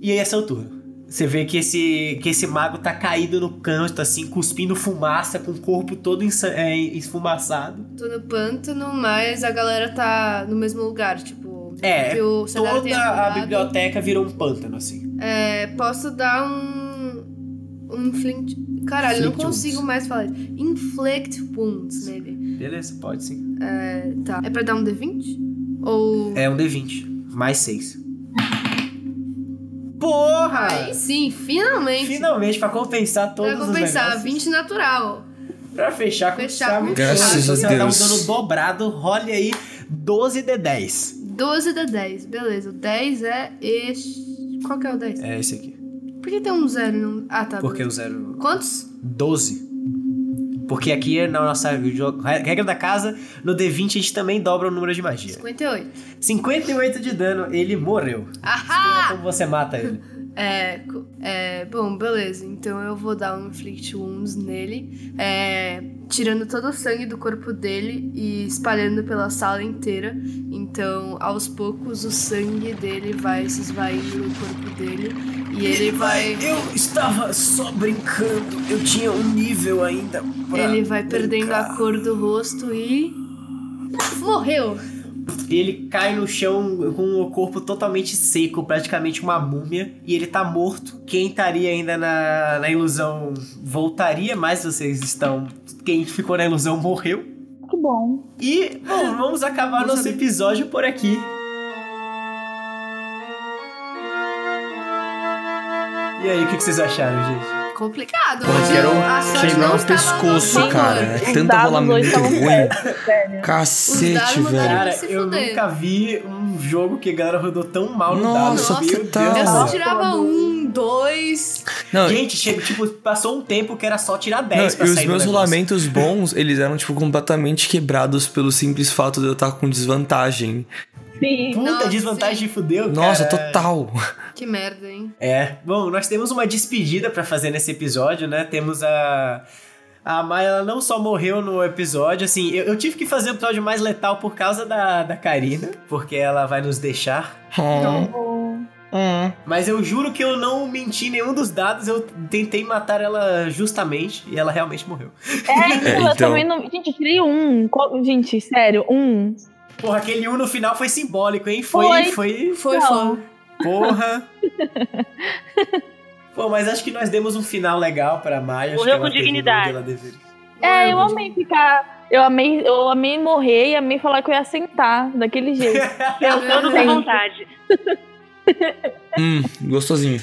[SPEAKER 1] E aí é seu turno. Você vê que esse, que esse mago tá caído no canto, assim, cuspindo fumaça, com o corpo todo ensa- é, esfumaçado.
[SPEAKER 4] Tô no pântano, mas a galera tá no mesmo lugar, tipo.
[SPEAKER 1] É,
[SPEAKER 4] que o cenário tem
[SPEAKER 1] Toda a
[SPEAKER 4] mudado.
[SPEAKER 1] biblioteca virou um pântano, assim.
[SPEAKER 4] É, posso dar um. Um flint. Caralho, eu não
[SPEAKER 1] Flint
[SPEAKER 4] consigo
[SPEAKER 1] wounds.
[SPEAKER 4] mais falar. isso. Inflict wounds nele.
[SPEAKER 1] Beleza, pode sim.
[SPEAKER 4] É, tá. É pra dar um D20? Ou.
[SPEAKER 1] É um D20, mais 6. Porra!
[SPEAKER 4] Aí Ah, sim, finalmente.
[SPEAKER 1] Finalmente, pra compensar todos
[SPEAKER 4] Pra compensar,
[SPEAKER 1] os negócios.
[SPEAKER 4] 20 natural.
[SPEAKER 1] Pra fechar com
[SPEAKER 4] Fechar
[SPEAKER 1] chave
[SPEAKER 4] com
[SPEAKER 1] de ouro.
[SPEAKER 2] Graças
[SPEAKER 1] Você
[SPEAKER 2] a
[SPEAKER 1] vai dar um
[SPEAKER 2] Deus.
[SPEAKER 1] dano dobrado, role aí 12 de 10.
[SPEAKER 4] 12 da 10, beleza. O 10 é este. Qual que é o 10?
[SPEAKER 1] É esse aqui.
[SPEAKER 4] Por que tem um zero? e não- Ah, tá.
[SPEAKER 1] Porque o zero...
[SPEAKER 4] Quantos?
[SPEAKER 1] 12. Porque aqui é na nossa jo- regra da casa, no D20 a gente também dobra o número de magia.
[SPEAKER 4] 58.
[SPEAKER 1] 58 de dano, ele morreu.
[SPEAKER 4] Ahá!
[SPEAKER 1] Como você mata ele?
[SPEAKER 4] É, co- é, bom, beleza. Então eu vou dar um inflict wounds nele, é, tirando todo o sangue do corpo dele e espalhando pela sala inteira. Então, aos poucos, o sangue dele vai se esvaindo no corpo dele e ele vai,
[SPEAKER 1] Eu estava só brincando. Eu tinha um nível ainda
[SPEAKER 4] ele vai perdendo a cor do rosto e morreu.
[SPEAKER 1] E ele cai no chão com o corpo totalmente seco, praticamente uma múmia, e ele tá morto. Quem estaria ainda na, na ilusão voltaria, mas vocês estão. Quem ficou na ilusão morreu.
[SPEAKER 3] Que bom.
[SPEAKER 1] E, bom, vamos acabar
[SPEAKER 4] Vamos
[SPEAKER 1] nosso
[SPEAKER 4] abrir.
[SPEAKER 1] episódio por aqui. E aí, o que que vocês acharam, gente?
[SPEAKER 4] Complicado.
[SPEAKER 2] Porra,
[SPEAKER 4] mas
[SPEAKER 2] quero
[SPEAKER 4] eu- a sorte
[SPEAKER 2] Quebrar
[SPEAKER 4] não
[SPEAKER 2] um o
[SPEAKER 4] estava no
[SPEAKER 2] pescoço,
[SPEAKER 4] favor.
[SPEAKER 2] cara. É
[SPEAKER 3] Os
[SPEAKER 2] tanto
[SPEAKER 3] dados
[SPEAKER 2] rolamento
[SPEAKER 3] hoje estavam
[SPEAKER 2] ruim.
[SPEAKER 4] Os
[SPEAKER 2] Cacete,
[SPEAKER 4] dados mandaram-
[SPEAKER 2] velho.
[SPEAKER 1] Cara,
[SPEAKER 4] se
[SPEAKER 1] eu
[SPEAKER 4] fuder.
[SPEAKER 1] nunca vi um jogo que a galera rodou tão mal no
[SPEAKER 2] Nossa,
[SPEAKER 1] dado.
[SPEAKER 2] que
[SPEAKER 1] Meu
[SPEAKER 2] tal?
[SPEAKER 1] Deus
[SPEAKER 4] Eu
[SPEAKER 1] do
[SPEAKER 4] só
[SPEAKER 1] céu.
[SPEAKER 4] tirava um, dois.
[SPEAKER 2] Não,
[SPEAKER 1] Gente, chega, tipo, passou um tempo que era só tirar 10
[SPEAKER 2] Não,
[SPEAKER 1] pra
[SPEAKER 2] e os
[SPEAKER 1] sair do
[SPEAKER 2] meus
[SPEAKER 1] negócio.
[SPEAKER 2] rolamentos bons, eles eram, tipo, completamente quebrados pelo simples fato de eu estar com desvantagem.
[SPEAKER 3] Sim.
[SPEAKER 1] Puta,
[SPEAKER 4] Nossa,
[SPEAKER 1] desvantagem de fudeu, cara.
[SPEAKER 2] Nossa, total.
[SPEAKER 4] Que merda, hein?
[SPEAKER 1] É. Bom, nós temos uma despedida pra fazer nesse episódio, né? Temos a. A Maia, ela não só morreu no episódio, assim, eu, eu tive que fazer o episódio mais letal por causa da, da Karina, porque ela vai nos deixar.
[SPEAKER 2] Oh.
[SPEAKER 3] Então,
[SPEAKER 2] Hum.
[SPEAKER 1] Mas eu juro que eu não menti em nenhum dos dados, eu tentei matar ela justamente e ela realmente morreu.
[SPEAKER 3] É, então, eu
[SPEAKER 2] então-
[SPEAKER 3] também não. Gente, eu tirei um. Co- Gente, sério, um.
[SPEAKER 1] Porra, aquele 1 no final foi simbólico, hein? Foi, foi.
[SPEAKER 3] Foi.
[SPEAKER 4] Foi
[SPEAKER 3] Não.
[SPEAKER 4] fome.
[SPEAKER 1] porra. Pô, mas acho que nós demos um final legal pra Maia. acho
[SPEAKER 5] Morreu
[SPEAKER 1] que ela
[SPEAKER 5] com
[SPEAKER 1] terminou
[SPEAKER 5] dignidade.
[SPEAKER 1] onde Ela deveria.
[SPEAKER 3] É, eu amei ficar. Eu amei, eu amei morrer e amei falar que eu ia sentar daquele jeito.
[SPEAKER 5] Eu tô com
[SPEAKER 3] Sim.
[SPEAKER 5] vontade.
[SPEAKER 2] Hum, gostosinho.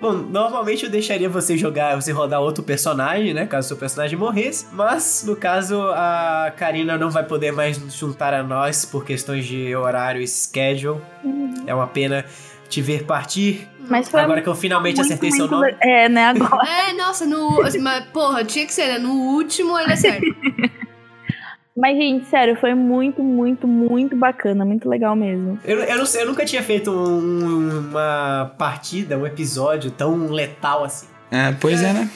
[SPEAKER 1] Bom, normalmente eu deixaria você jogar, você rodar outro personagem, né? Caso seu personagem morresse. Mas, no caso, a Karina não vai poder mais nos juntar a nós por questões de horário e schedule.
[SPEAKER 3] Uhum.
[SPEAKER 1] É uma pena te ver partir.
[SPEAKER 3] Mas foi
[SPEAKER 1] Agora que eu finalmente
[SPEAKER 3] muito,
[SPEAKER 1] acertei seu
[SPEAKER 3] muito
[SPEAKER 1] nome.
[SPEAKER 3] le- É, né, agora.
[SPEAKER 4] É, nossa, no. Mas, porra, tinha que ser, né? No último ele acerta.
[SPEAKER 3] Mas, gente, sério, foi muito, muito, muito bacana. Muito legal mesmo.
[SPEAKER 1] Eu, eu, não sei, eu nunca tinha feito um- uma partida, um episódio tão letal assim.
[SPEAKER 2] É, pois é, né?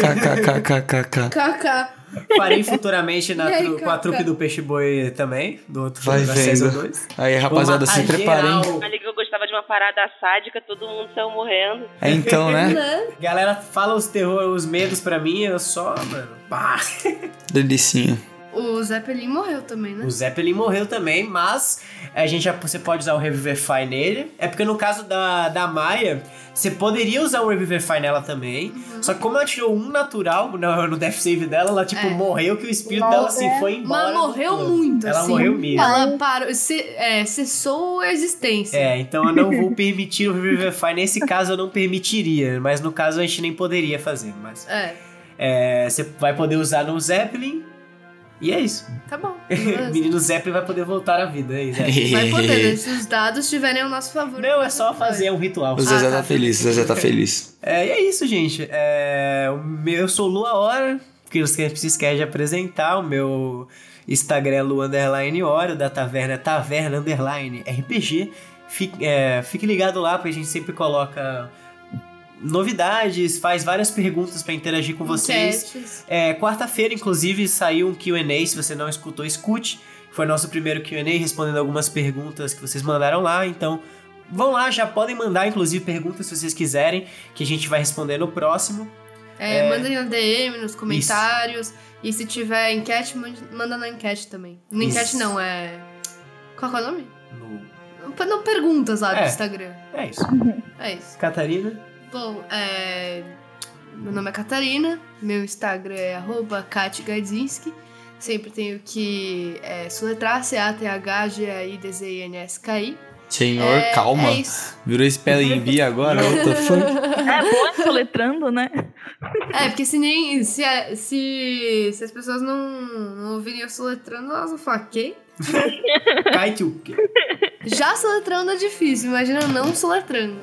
[SPEAKER 2] KKKKKKKK.
[SPEAKER 4] KK.
[SPEAKER 1] Farei futuramente na
[SPEAKER 4] E aí,
[SPEAKER 1] tru- com a
[SPEAKER 4] Cacá?
[SPEAKER 1] trupe do Peixe Boi também, do outro
[SPEAKER 2] Vai
[SPEAKER 1] da Season
[SPEAKER 2] vendo.
[SPEAKER 1] 2.
[SPEAKER 2] Aí, rapaziada,
[SPEAKER 1] Vou
[SPEAKER 2] se
[SPEAKER 1] matar
[SPEAKER 2] preparem.
[SPEAKER 1] geral.
[SPEAKER 5] Ali que eu gostava de uma parada sádica, todo mundo saiu morrendo.
[SPEAKER 2] É então, né?
[SPEAKER 4] Né?
[SPEAKER 1] Galera, fala os terror, os medos pra mim, eu só, mano. Pá.
[SPEAKER 2] Delicinha.
[SPEAKER 4] O Zeppelin morreu também, né?
[SPEAKER 1] O Zeppelin morreu também, mas a gente já, você pode usar o Revivify nele. É porque no caso da, da Maia, você poderia usar o Revivify nela também.
[SPEAKER 4] Uhum.
[SPEAKER 1] Só que como ela tirou um natural no, no death save dela, ela tipo
[SPEAKER 4] É.
[SPEAKER 1] morreu que o espírito
[SPEAKER 3] Nossa,
[SPEAKER 1] dela se
[SPEAKER 3] é.
[SPEAKER 1] foi embora.
[SPEAKER 4] Mas
[SPEAKER 1] do
[SPEAKER 4] morreu
[SPEAKER 1] plano.
[SPEAKER 4] muito,
[SPEAKER 1] Ela
[SPEAKER 4] assim.
[SPEAKER 1] morreu mesmo.
[SPEAKER 4] Ela parou. Ce, é, cessou a existência.
[SPEAKER 1] É, então eu não vou permitir o Revivify. Nesse caso eu não permitiria, mas no caso a gente nem poderia fazer. Mas
[SPEAKER 4] É,
[SPEAKER 1] é, você vai poder usar no Zeppelin. E é isso.
[SPEAKER 4] tá bom.
[SPEAKER 1] O menino Zeppelin vai poder voltar à vida, é isso.
[SPEAKER 4] Vai poder, né? Se os dados estiverem ao nosso favor.
[SPEAKER 1] Não, é só fazer um ritual.
[SPEAKER 2] O Zezé
[SPEAKER 4] Ah,
[SPEAKER 2] tá
[SPEAKER 4] tá.
[SPEAKER 2] feliz, o Zezé tá feliz.
[SPEAKER 1] É, e é isso, gente. É, o meu, eu sou Lua Hora, que você se esquece de apresentar. O meu Instagram é Lua Underline Hora, o da Taverna é Taverna Underline RPG. Fique, é, fique ligado lá, porque a gente sempre coloca novidades, faz várias perguntas pra interagir com vocês.
[SPEAKER 4] Enquetes.
[SPEAKER 1] É, quarta-feira, inclusive, saiu um QA. Se você não escutou, escute. Foi nosso primeiro QA, respondendo algumas perguntas que vocês mandaram lá. Então, vão lá, já podem mandar, inclusive, perguntas se vocês quiserem, que a gente vai responder no próximo.
[SPEAKER 4] É, Mandem na DM, nos comentários. E se tiver enquete, mande- manda na enquete também. Na
[SPEAKER 1] Isso.
[SPEAKER 4] enquete não, é. Qual que é o nome?
[SPEAKER 1] No-
[SPEAKER 4] Não, não perguntas lá do
[SPEAKER 1] É.
[SPEAKER 4] Instagram.
[SPEAKER 1] É isso.
[SPEAKER 4] É isso.
[SPEAKER 1] Catarina,
[SPEAKER 4] Bom, é... meu nome é Catarina, meu Instagram é arroba Kati Gadzinski. Sempre tenho que é, soletrar C-A-T-H-G-A-I-D-Z-I-N-S-K-I.
[SPEAKER 2] Senhor,
[SPEAKER 4] É,
[SPEAKER 2] calma.
[SPEAKER 4] É isso.
[SPEAKER 2] Virou spelling bee agora? What the fuck?
[SPEAKER 3] É bom soletrando, né?
[SPEAKER 4] É, porque se nem. Se, a- se, se as pessoas não, não ouvirem eu soletrando, elas vão falar, quê?
[SPEAKER 1] Kaituke.
[SPEAKER 4] Já soletrando é difícil, imagina não soletrando.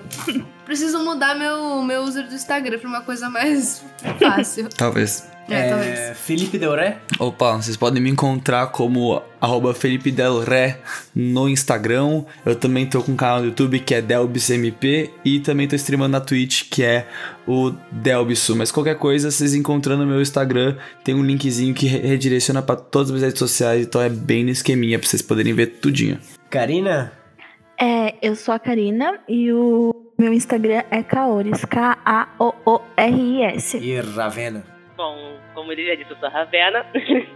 [SPEAKER 4] Preciso mudar meu, meu user do Instagram pra uma coisa mais fácil.
[SPEAKER 2] Talvez.
[SPEAKER 4] É, talvez.
[SPEAKER 1] Felipe Deuré,
[SPEAKER 2] Opa, vocês podem me encontrar como arroba Felipe Del Ré no Instagram. Eu também tô com um canal no YouTube que é DelbsMP e também tô streamando na Twitch que é o Delbsu. Mas qualquer coisa, vocês encontrando no meu Instagram, tem um linkzinho que re- redireciona pra todas as minhas redes sociais, então é bem no esqueminha pra vocês poderem ver tudinho.
[SPEAKER 1] Karina,
[SPEAKER 3] É, eu sou a Karina e o meu Instagram é Kaoris, K-A-O-O-R-I-S.
[SPEAKER 1] e Ravena.
[SPEAKER 5] Bom, como ele já disse, eu sou a Ravena.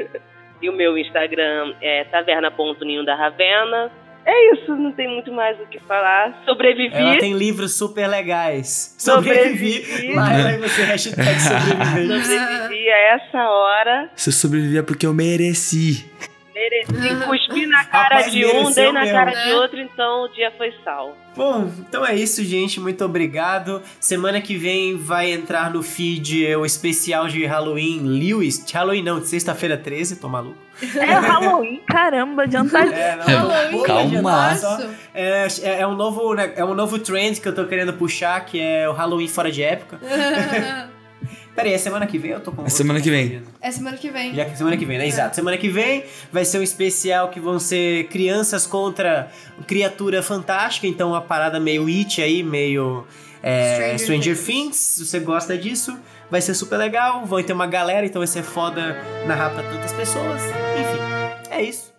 [SPEAKER 5] e o meu Instagram é taverna.ninho da Ravena. É isso, não tem muito mais o que falar. Sobrevivi.
[SPEAKER 1] Ela tem livros super legais.
[SPEAKER 5] Sobrevivi.
[SPEAKER 1] Sobrevivi. Lá vai você, hashtag sobreviver.
[SPEAKER 5] Sobrevivi a essa hora.
[SPEAKER 2] Se eu sobrevivi é porque eu mereci.
[SPEAKER 5] Mereci. Cuspi na cara
[SPEAKER 1] Rapaz,
[SPEAKER 5] de um,
[SPEAKER 1] mereceu
[SPEAKER 5] dei na
[SPEAKER 1] mesmo.
[SPEAKER 5] cara
[SPEAKER 4] Né?
[SPEAKER 5] de outro, então o dia foi salvo.
[SPEAKER 1] Bom, então é isso, gente. Muito obrigado. Semana que vem vai entrar no feed o especial de Halloween Lewis. Halloween não, de sexta-feira 13, tô maluco.
[SPEAKER 3] É Halloween, caramba, adiantadinho.
[SPEAKER 1] É, não,
[SPEAKER 4] Halloween,
[SPEAKER 1] vou
[SPEAKER 2] Calma.
[SPEAKER 1] adiantar só.
[SPEAKER 4] Nossa.
[SPEAKER 1] É, é, é um novo, né, é um novo trend que eu tô querendo puxar, que é o Halloween fora de época. Pera aí, é semana que vem? Eu tô com
[SPEAKER 2] É semana que vem.
[SPEAKER 4] É semana que vem. É.
[SPEAKER 1] Já que semana que vem, né? Exato. Semana que vem vai ser um especial que vão ser crianças contra criatura fantástica. Então, uma parada meio It aí, meio é,
[SPEAKER 4] Stranger
[SPEAKER 1] Stranger,
[SPEAKER 4] Things.
[SPEAKER 1] Things. Se você gosta disso, vai ser super legal. Vão ter uma galera, então vai ser foda narrar pra tantas pessoas. Enfim, é isso.